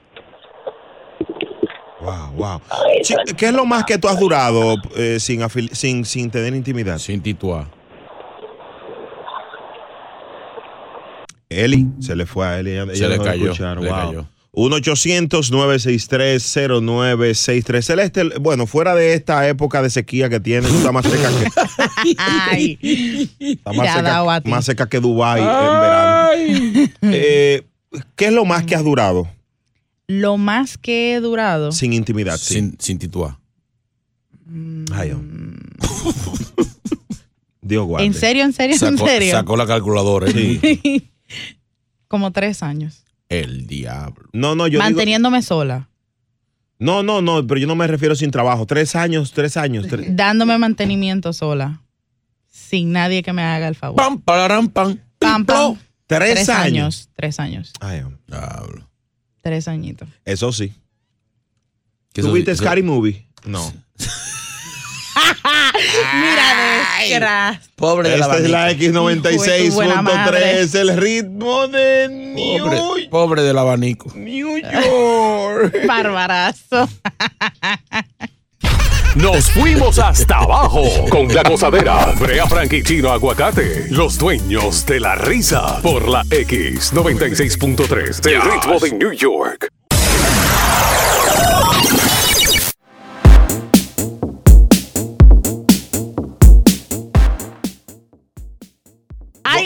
Speaker 3: Wow, Ah, wow. Sí, ¿Qué es lo más que tú has durado eh, sin, afil- sin, sin tener intimidad?
Speaker 5: Sin tituar.
Speaker 3: Eli, se le fue a Eli. ella-
Speaker 5: Se
Speaker 3: ella
Speaker 5: le
Speaker 3: dejó de
Speaker 5: cayó,
Speaker 3: escuchar,
Speaker 5: le
Speaker 3: wow.
Speaker 5: cayó.
Speaker 3: 1-800-963-0963. Celeste, este, bueno, fuera de esta época de sequía que tiene, tú estás más seca que,
Speaker 18: Ay.
Speaker 3: estás más
Speaker 18: Ya dado a
Speaker 3: seca,
Speaker 18: ti.
Speaker 3: más seca que Dubái en verano. Eh, ¿Qué es lo más que has durado
Speaker 18: Lo más que he durado.
Speaker 3: sin intimidad?
Speaker 5: Sin, sin tituar.
Speaker 3: Ay, Dios guarde.
Speaker 18: ¿En serio, en serio, en
Speaker 5: Sacó-
Speaker 18: serio?
Speaker 5: Sacó la calculadora. ¿eh? Sí.
Speaker 18: Como tres años.
Speaker 5: El diablo.
Speaker 3: No, no, yo digo...
Speaker 18: manteniéndome sola.
Speaker 3: No, no, no, pero yo no me refiero sin trabajo. Tres años, tres años. tres-
Speaker 18: Dándome mantenimiento sola. Sin nadie que me haga el favor.
Speaker 5: Pam, pararam, pam.
Speaker 18: Pam, pam.
Speaker 3: Tres,
Speaker 18: Tres
Speaker 3: años.
Speaker 18: años. Tres años.
Speaker 3: Ay, hombre.
Speaker 18: Tres añitos.
Speaker 3: Eso sí.
Speaker 5: eso sí,
Speaker 3: ¿Tuviste
Speaker 5: eso-
Speaker 3: Scary Movie? No.
Speaker 18: Mira, desgracia.
Speaker 5: Pobre
Speaker 3: Esta
Speaker 5: de
Speaker 3: es la
Speaker 5: Hijo de tu buena madre.
Speaker 3: X96.3, el ritmo de New
Speaker 5: Pobre, pobre del abanico.
Speaker 3: York.
Speaker 18: Barbarazo.
Speaker 1: Nos fuimos hasta abajo con la gozadera. Brea Frank y Chino Aguacate, los dueños de la risa por la X96.3, el ritmo de New York.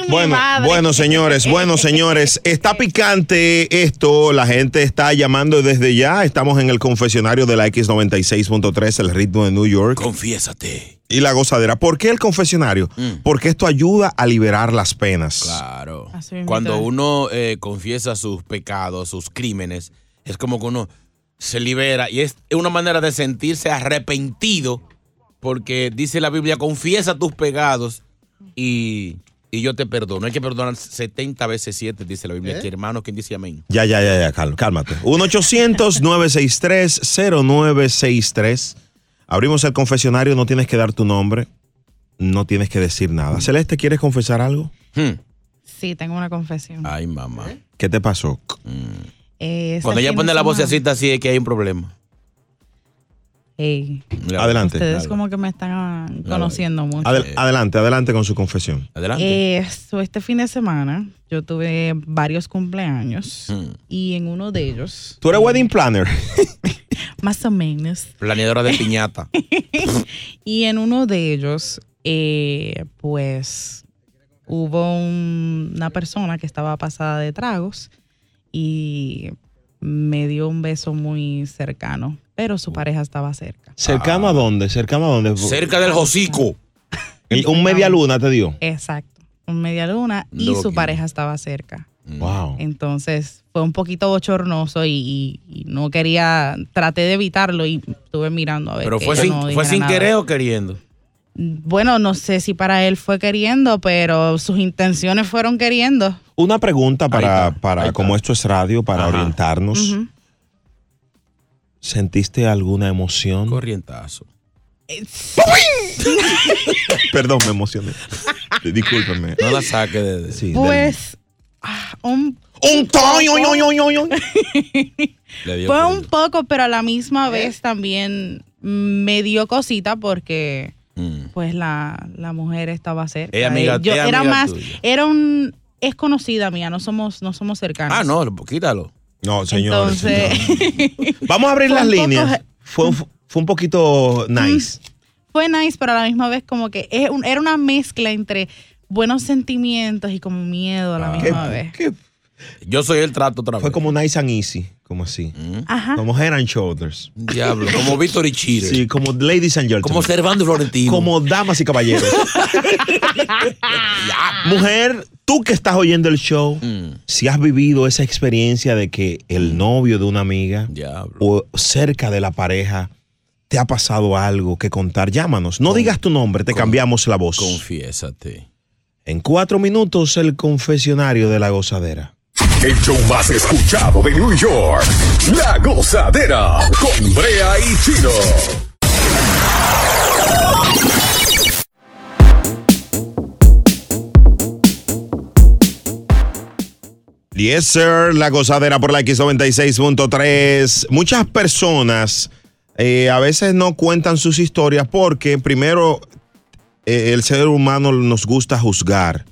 Speaker 3: Bueno, bueno, señores, bueno, señores, está picante esto, la gente está llamando desde ya, estamos en el confesionario de la X96.3, el ritmo de New York.
Speaker 5: Confiésate. Mm.
Speaker 3: Y la gozadera, ¿por qué el confesionario? Porque esto ayuda a liberar las penas.
Speaker 5: Claro. Cuando uno eh, confiesa sus pecados, sus crímenes, es como que uno se libera y es una manera de sentirse arrepentido porque dice la Biblia, confiesa tus pecados y, y yo te perdono. Hay que perdonar 70 veces 7, dice la Biblia.
Speaker 3: ¿Eh?
Speaker 5: Que hermano, ¿quién dice amén?
Speaker 3: Ya, ya, ya, ya, cal- cálmate. 1-800-963-0963. Abrimos el confesionario, no tienes que dar tu nombre, no tienes que decir
Speaker 5: Mm.
Speaker 3: nada. Celeste, ¿quieres confesar algo?
Speaker 18: Sí, tengo una confesión.
Speaker 5: Ay, mamá.
Speaker 3: ¿Qué te pasó?
Speaker 18: Eh, este
Speaker 5: Cuando ella
Speaker 18: fin
Speaker 5: pone
Speaker 18: de
Speaker 5: la
Speaker 18: semana-
Speaker 5: vocecita así es que hay un problema.
Speaker 18: Ey,
Speaker 3: Adelante.
Speaker 18: ustedes como que me están conociendo mucho.
Speaker 3: Adel- adelante, adelante con su confesión.
Speaker 18: Eh, so, este fin de semana yo tuve varios cumpleaños
Speaker 5: Hmm.
Speaker 18: y en uno de ellos,
Speaker 3: Tú eres wedding planner.
Speaker 18: más o menos,
Speaker 5: Planeadora de piñata.
Speaker 18: y en uno de ellos eh, pues hubo un- una persona que estaba pasada de tragos y me dio un beso muy cercano, pero su pareja estaba cerca.
Speaker 2: ¿Cercano a dónde? ¿Cercano a dónde?
Speaker 5: Cerca del hocico.
Speaker 2: El- Un media luna te dio.
Speaker 18: Exacto, un media luna y
Speaker 2: Loco.
Speaker 18: su pareja estaba cerca.
Speaker 5: Mm.
Speaker 2: Wow.
Speaker 18: Entonces fue un poquito bochornoso y, y- y no quería, traté de evitarlo y estuve mirando a ver.
Speaker 5: Pero
Speaker 18: que
Speaker 5: fue
Speaker 18: ella
Speaker 5: sin,
Speaker 18: no
Speaker 5: fue
Speaker 18: dijera
Speaker 5: sin
Speaker 18: nada.
Speaker 5: querer o queriendo.
Speaker 18: Bueno, no sé si para él fue queriendo, pero sus intenciones fueron queriendo.
Speaker 2: Una pregunta para, para como esto es radio, para orientarnos.
Speaker 18: Ujú.
Speaker 2: ¿Sentiste alguna emoción?
Speaker 5: Corrientazo.
Speaker 2: Perdón, me emocioné. Discúlpeme.
Speaker 5: No la saque de.
Speaker 2: Sí,
Speaker 18: Pues ah, un
Speaker 2: un
Speaker 18: toño,
Speaker 5: Le dio
Speaker 18: fue un poco, pero a la misma vez también mm, me dio cosita porque pues la, la mujer estaba cerca.
Speaker 5: Mm. Es amiga-
Speaker 18: de- yo
Speaker 5: es
Speaker 18: era
Speaker 5: amiga
Speaker 18: más,
Speaker 5: tuya.
Speaker 18: era un es conocida mía, no somos no somos cercanos.
Speaker 5: Ah, no, quítalo.
Speaker 2: No, señor.
Speaker 18: Entonces
Speaker 2: Vamos a abrir
Speaker 18: Fue
Speaker 2: las
Speaker 18: un poco-
Speaker 2: líneas. Fue, un- fue un poquito nice.
Speaker 18: fue nice, pero a la misma vez como que es un- era una mezcla entre buenos sentimientos y como miedo a
Speaker 3: Ah.
Speaker 18: la misma vez.
Speaker 5: Ah, Yo soy el trato otra vez. Mm.
Speaker 2: Fue como nice and easy, como así.
Speaker 18: Ajá.
Speaker 2: Como head and shoulders.
Speaker 5: Diablo, como Víctor y Chile.
Speaker 2: Sí, como ladies and gentlemen.
Speaker 5: Como Servando y Florentino.
Speaker 2: Como damas y caballeros. Mujer, tú que estás oyendo el show,
Speaker 5: Mm.
Speaker 2: si has vivido esa experiencia de que el novio de una amiga o cerca de la pareja te ha pasado algo que contar, llámanos. No digas tu nombre, te cambiamos la voz.
Speaker 5: Confiésate.
Speaker 2: En cuatro minutos, el confesionario de la gozadera.
Speaker 1: El show más escuchado de New York. La gozadera con Brea y Chino.
Speaker 3: Yes, sir. La gozadera por la X96.3. Muchas personas eh, a veces no cuentan sus historias porque, primero, eh, el ser humano nos gusta juzgar.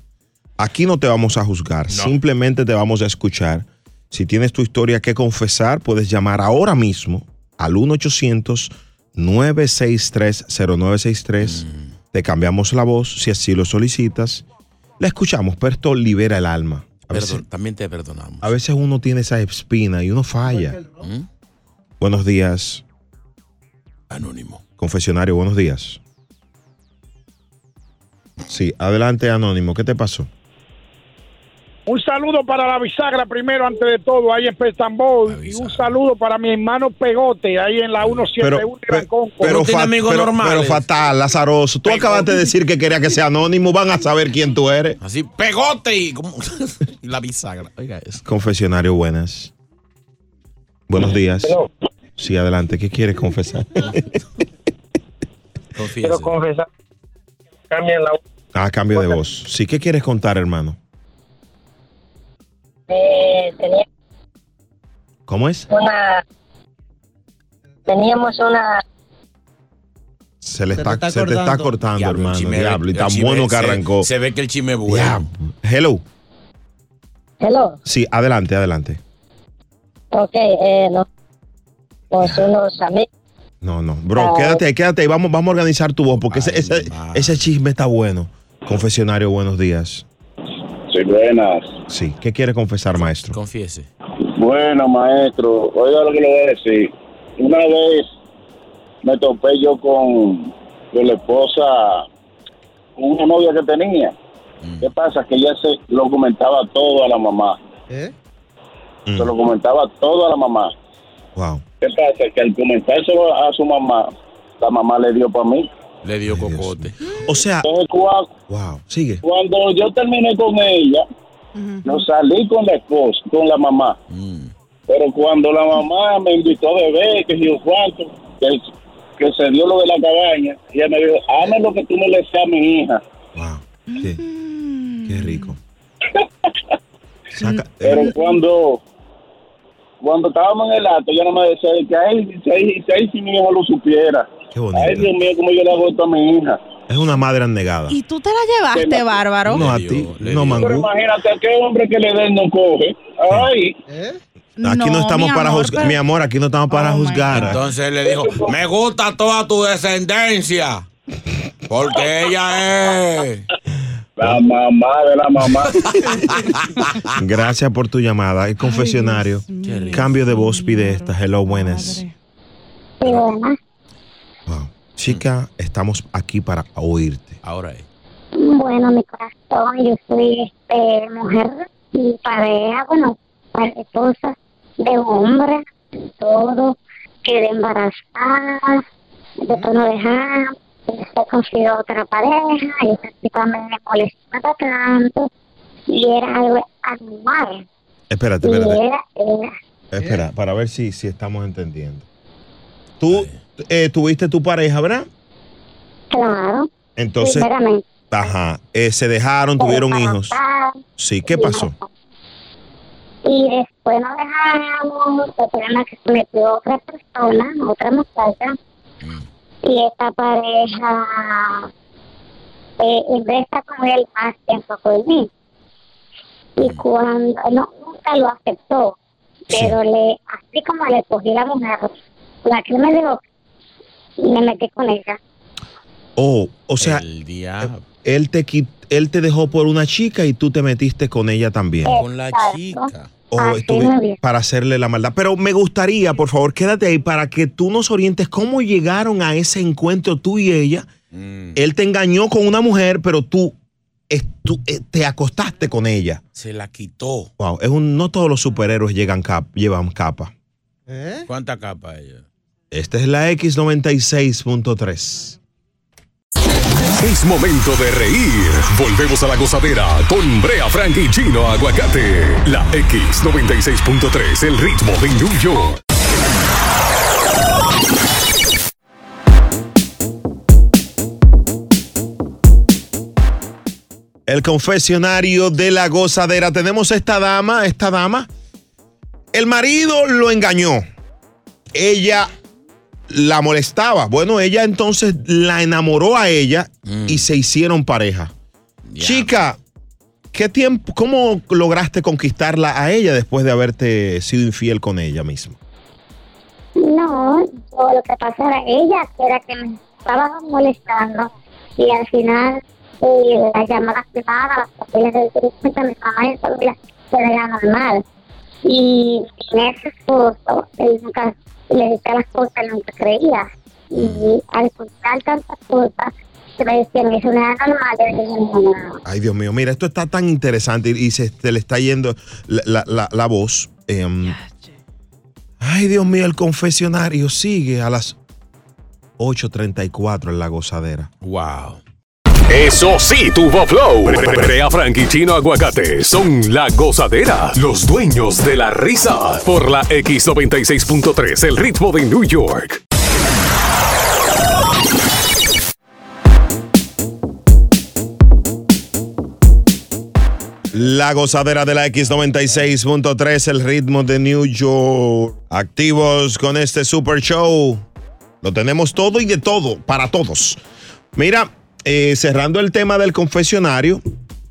Speaker 3: Aquí no te vamos a juzgar, simplemente te vamos a escuchar. Si tienes tu historia que confesar, puedes llamar ahora mismo al 1-800-963-0963. Te cambiamos la voz si así lo solicitas. La escuchamos, pero esto libera el alma. A veces-
Speaker 5: Perdón, también te perdonamos.
Speaker 3: a veces uno tiene esa espina y uno falla.
Speaker 5: ¿Mm?
Speaker 3: Buenos días.
Speaker 5: Anónimo.
Speaker 3: Confesionario, buenos días. Sí, adelante, Anónimo. ¿Qué te pasó?
Speaker 4: Un saludo para la bisagra primero, antes de todo, ahí en Pestambol. Y un saludo para mi hermano Pegote, ahí en la 171 de Gran Conco.
Speaker 3: fa- pero- pero fatal, Lazaroso. Tú acabaste de decir que quería que sea anónimo. Van a saber quién tú eres.
Speaker 5: Así, pegote y como y la bisagra. Oiga eso.
Speaker 3: Confesionario, buenas. Buenos días. Sí, adelante. ¿Qué quieres confesar?
Speaker 5: Quiero
Speaker 4: confesar. Cambien la
Speaker 3: ah, cambio de voz. Sí, ¿qué quieres contar, hermano?
Speaker 20: Eh, tenía
Speaker 3: ¿Cómo es?
Speaker 20: una. Teníamos una.
Speaker 3: Se le
Speaker 5: Se te
Speaker 3: está,
Speaker 5: está
Speaker 3: se te está
Speaker 5: cortando.
Speaker 3: cortando,
Speaker 5: Diablo, el
Speaker 3: hermano.
Speaker 5: chime-
Speaker 3: diablo, y
Speaker 5: el
Speaker 3: tan
Speaker 5: chime-
Speaker 3: bueno que
Speaker 5: se-
Speaker 3: arrancó.
Speaker 5: Se ve que el chisme es bueno.
Speaker 3: Hello.
Speaker 20: Hello.
Speaker 3: Sí, adelante, adelante.
Speaker 20: Ok, eh, no. Pues unos amigos.
Speaker 3: No, no. Bro, quédate ahí, quédate ahí. Vamos, vamos a organizar tu voz porque ese, ese, ese chisme está bueno. Confesionario, buenos días.
Speaker 22: Sí, buenas.
Speaker 3: Sí. ¿Qué quiere confesar, maestro?
Speaker 5: Confiese.
Speaker 22: Bueno, maestro, oiga lo que le voy a decir. Una vez me topé yo con, con la esposa, con una novia que tenía.
Speaker 5: Mm.
Speaker 22: ¿Qué pasa? Que ella se lo comentaba todo a la mamá.
Speaker 3: ¿Eh?
Speaker 5: Mm.
Speaker 22: Se lo comentaba todo a la mamá.
Speaker 3: Wow.
Speaker 22: ¿Qué pasa? Que al comentárselo a su mamá, la mamá le dio para mí.
Speaker 5: Le dio cocote.
Speaker 3: O sea.
Speaker 22: wow,
Speaker 3: sigue.
Speaker 22: Cuando yo terminé con ella, no salí con la esposa, con la mamá. Pero cuando la mamá me invitó a beber, que yo cuánto, que, que se dio lo de la cabaña, ella me dijo, hazme lo que tú me le haces a mi hija.
Speaker 3: Qué rico. Mm, eh,
Speaker 22: Pero cuando cuando estábamos en el acto, ella no me decía de que, ay, si, ahí- si, ahí si mi hijo lo supiera.
Speaker 3: Qué bonito.
Speaker 22: Ay, Dios mío, cómo yo le hago esto a mi hija.
Speaker 3: Es una madre negada.
Speaker 18: ¿Y tú te la llevaste, bárbaro?
Speaker 3: No a ti, no
Speaker 22: Pero
Speaker 3: mangú.
Speaker 22: imagínate, ¿a qué hombre que le den no coge? Ay.
Speaker 3: Eh, Aquí no, estamos para juzgar. Mi amor, Oh aquí no estamos para juzgar.
Speaker 5: Entonces él le dijo, me gusta toda tu descendencia. Porque ella es.
Speaker 22: La mamá de la mamá.
Speaker 3: Gracias por tu llamada. El confesionario. Cambio de voz pide esta. Hello, buenas.
Speaker 20: Buenas.
Speaker 3: Chica, estamos aquí para oírte.
Speaker 5: Ahora es.
Speaker 20: Bueno, mi corazón, yo soy este, mujer y pareja, bueno, para esposa de hombre, todo, quedé embarazada, después no dejamos, después conseguí otra pareja, y esa tipa me molestaba tanto, y era algo animal,
Speaker 3: Espérate,
Speaker 20: y
Speaker 3: espérate.
Speaker 20: era, era,
Speaker 3: Espera, para ver si, si estamos entendiendo. Tú eh, tuviste tu pareja, ¿verdad?
Speaker 20: claro,
Speaker 3: Entonces,
Speaker 20: primeramente,
Speaker 3: ajá, eh, se dejaron, tuvieron hijos. Sí, ¿qué pasó?
Speaker 20: y después nos dejamos, el problema que se metió otra persona, otra muchacha, y esta pareja, eh, en vez de estar con él más tiempo conmigo, y cuando, no, nunca lo aceptó, pero le, así como le cogí la mujer, la que me dio, me metí con ella.
Speaker 3: Oh, o sea, él te qui- él te dejó por una chica y tú te metiste con ella también.
Speaker 5: la chica.
Speaker 3: O estuvi- para hacerle la maldad. Pero me gustaría, por favor, quédate ahí para que tú nos orientes cómo llegaron a ese encuentro tú y ella.
Speaker 5: Mm.
Speaker 3: Él te engañó con una mujer, pero tú, es- tú, eh, te acostaste con ella.
Speaker 5: Se la quitó.
Speaker 3: Wow, es un, no todos los superhéroes llegan cap- llevan capa.
Speaker 5: ¿Cuánta capa ella?
Speaker 3: Esta es la X96.3.
Speaker 1: Es momento de reír. Volvemos a la gozadera con Brea Frank y Chino Aguacate. La X96.3, el ritmo de New York.
Speaker 3: El confesionario de la gozadera. Tenemos esta dama, esta dama. El marido lo engañó. Ella la molestaba. Bueno, ella entonces la enamoró a ella y se hicieron pareja. Chica, ¿qué tiempo, cómo lograste conquistarla a ella después de haberte sido infiel con ella misma?
Speaker 20: No, yo lo que pasa era ella que era que me estaba molestando y al final eh, las llamadas privadas, las papeles del turista, mi mamá y mi familia se veían normal. Y en ese esposo, él nunca le decía las cosas, él nunca creía. Y al contar tantas cosas, se me decían, eso no era normal, yo dije, no, no, no.
Speaker 3: Ay, Dios mío, mira, esto está tan interesante y, y se te le está yendo la, la- la- la voz. Em, ay, Dios mío, el confesionario sigue a las 8.34 en la gozadera.
Speaker 5: Wow.
Speaker 1: Eso sí, tuvo flow. Brea Frank y Chino Aguacate son la gozadera, los dueños de la risa. Por la X96.3, el ritmo de New York.
Speaker 3: La gozadera de la X96.3, el ritmo de New York. Activos con este super show. Lo tenemos todo y de todo, para todos. Mira, eh, cerrando el tema del confesionario,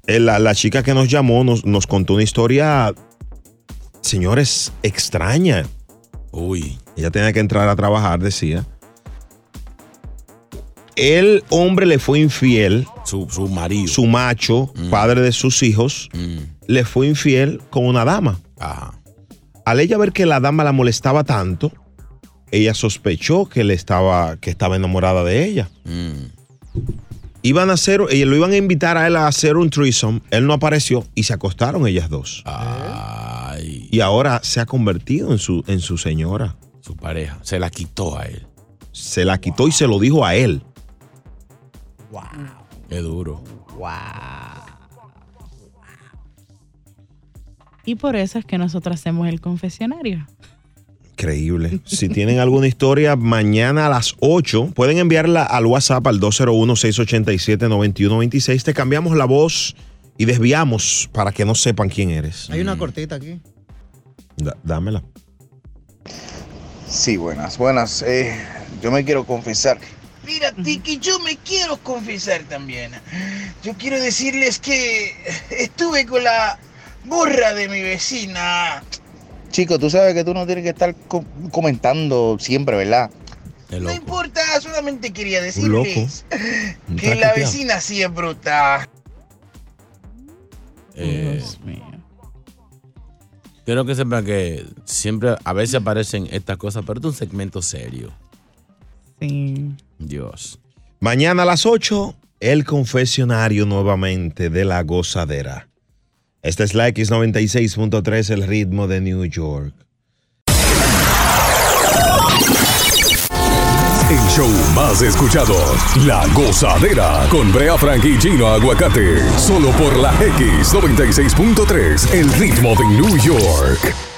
Speaker 3: eh, la, la chica que nos llamó nos, nos contó una historia, señores, extraña.
Speaker 5: Uy.
Speaker 3: Ella tenía que entrar a trabajar, decía. El hombre le fue infiel.
Speaker 5: Su, marido. Mm.
Speaker 3: Su macho, padre de sus hijos, le fue infiel con una dama. Al ella ver que la dama la molestaba tanto, ella sospechó que, le estaba, que estaba enamorada de ella.
Speaker 5: Mm.
Speaker 3: Iban a hacer, ella lo iban a invitar a él a hacer un threesome. Él no apareció y se acostaron ellas dos. Y ahora se ha convertido en su, en su señora.
Speaker 5: Su pareja. Se la quitó a él.
Speaker 3: Se la quitó y se lo dijo a él.
Speaker 5: Qué duro.
Speaker 18: Y por eso es que nosotros hacemos el confesionario.
Speaker 3: Increíble. Si tienen alguna historia, mañana a las 8 pueden enviarla al WhatsApp al 201-687-9126. Te cambiamos la voz y desviamos para que no sepan quién eres.
Speaker 6: Hay una cortita aquí.
Speaker 3: Da- dámela.
Speaker 7: Sí, buenas, buenas. Eh, yo me quiero confesar.
Speaker 16: Mira, Tiki, yo me quiero confesar también. Yo quiero decirles que estuve con la burra de mi vecina.
Speaker 7: Chico, tú sabes que tú no tienes que estar co- comentando siempre, ¿verdad? No importa, solamente quería
Speaker 3: Un loco.
Speaker 7: decirles
Speaker 3: Un
Speaker 7: que la
Speaker 3: traqueteado.
Speaker 7: vecina sí es bruta.
Speaker 5: Eh, Quiero que sepan que siempre, a veces aparecen estas cosas, pero es un segmento serio.
Speaker 18: Sí.
Speaker 5: Dios.
Speaker 3: Mañana a las 8, el confesionario nuevamente de la gozadera. Esta es la X96.3, el ritmo de New York.
Speaker 1: El show más escuchado, La Gozadera, con Brea Frank y Gino Aguacate, solo por la X96.3, el ritmo de New York.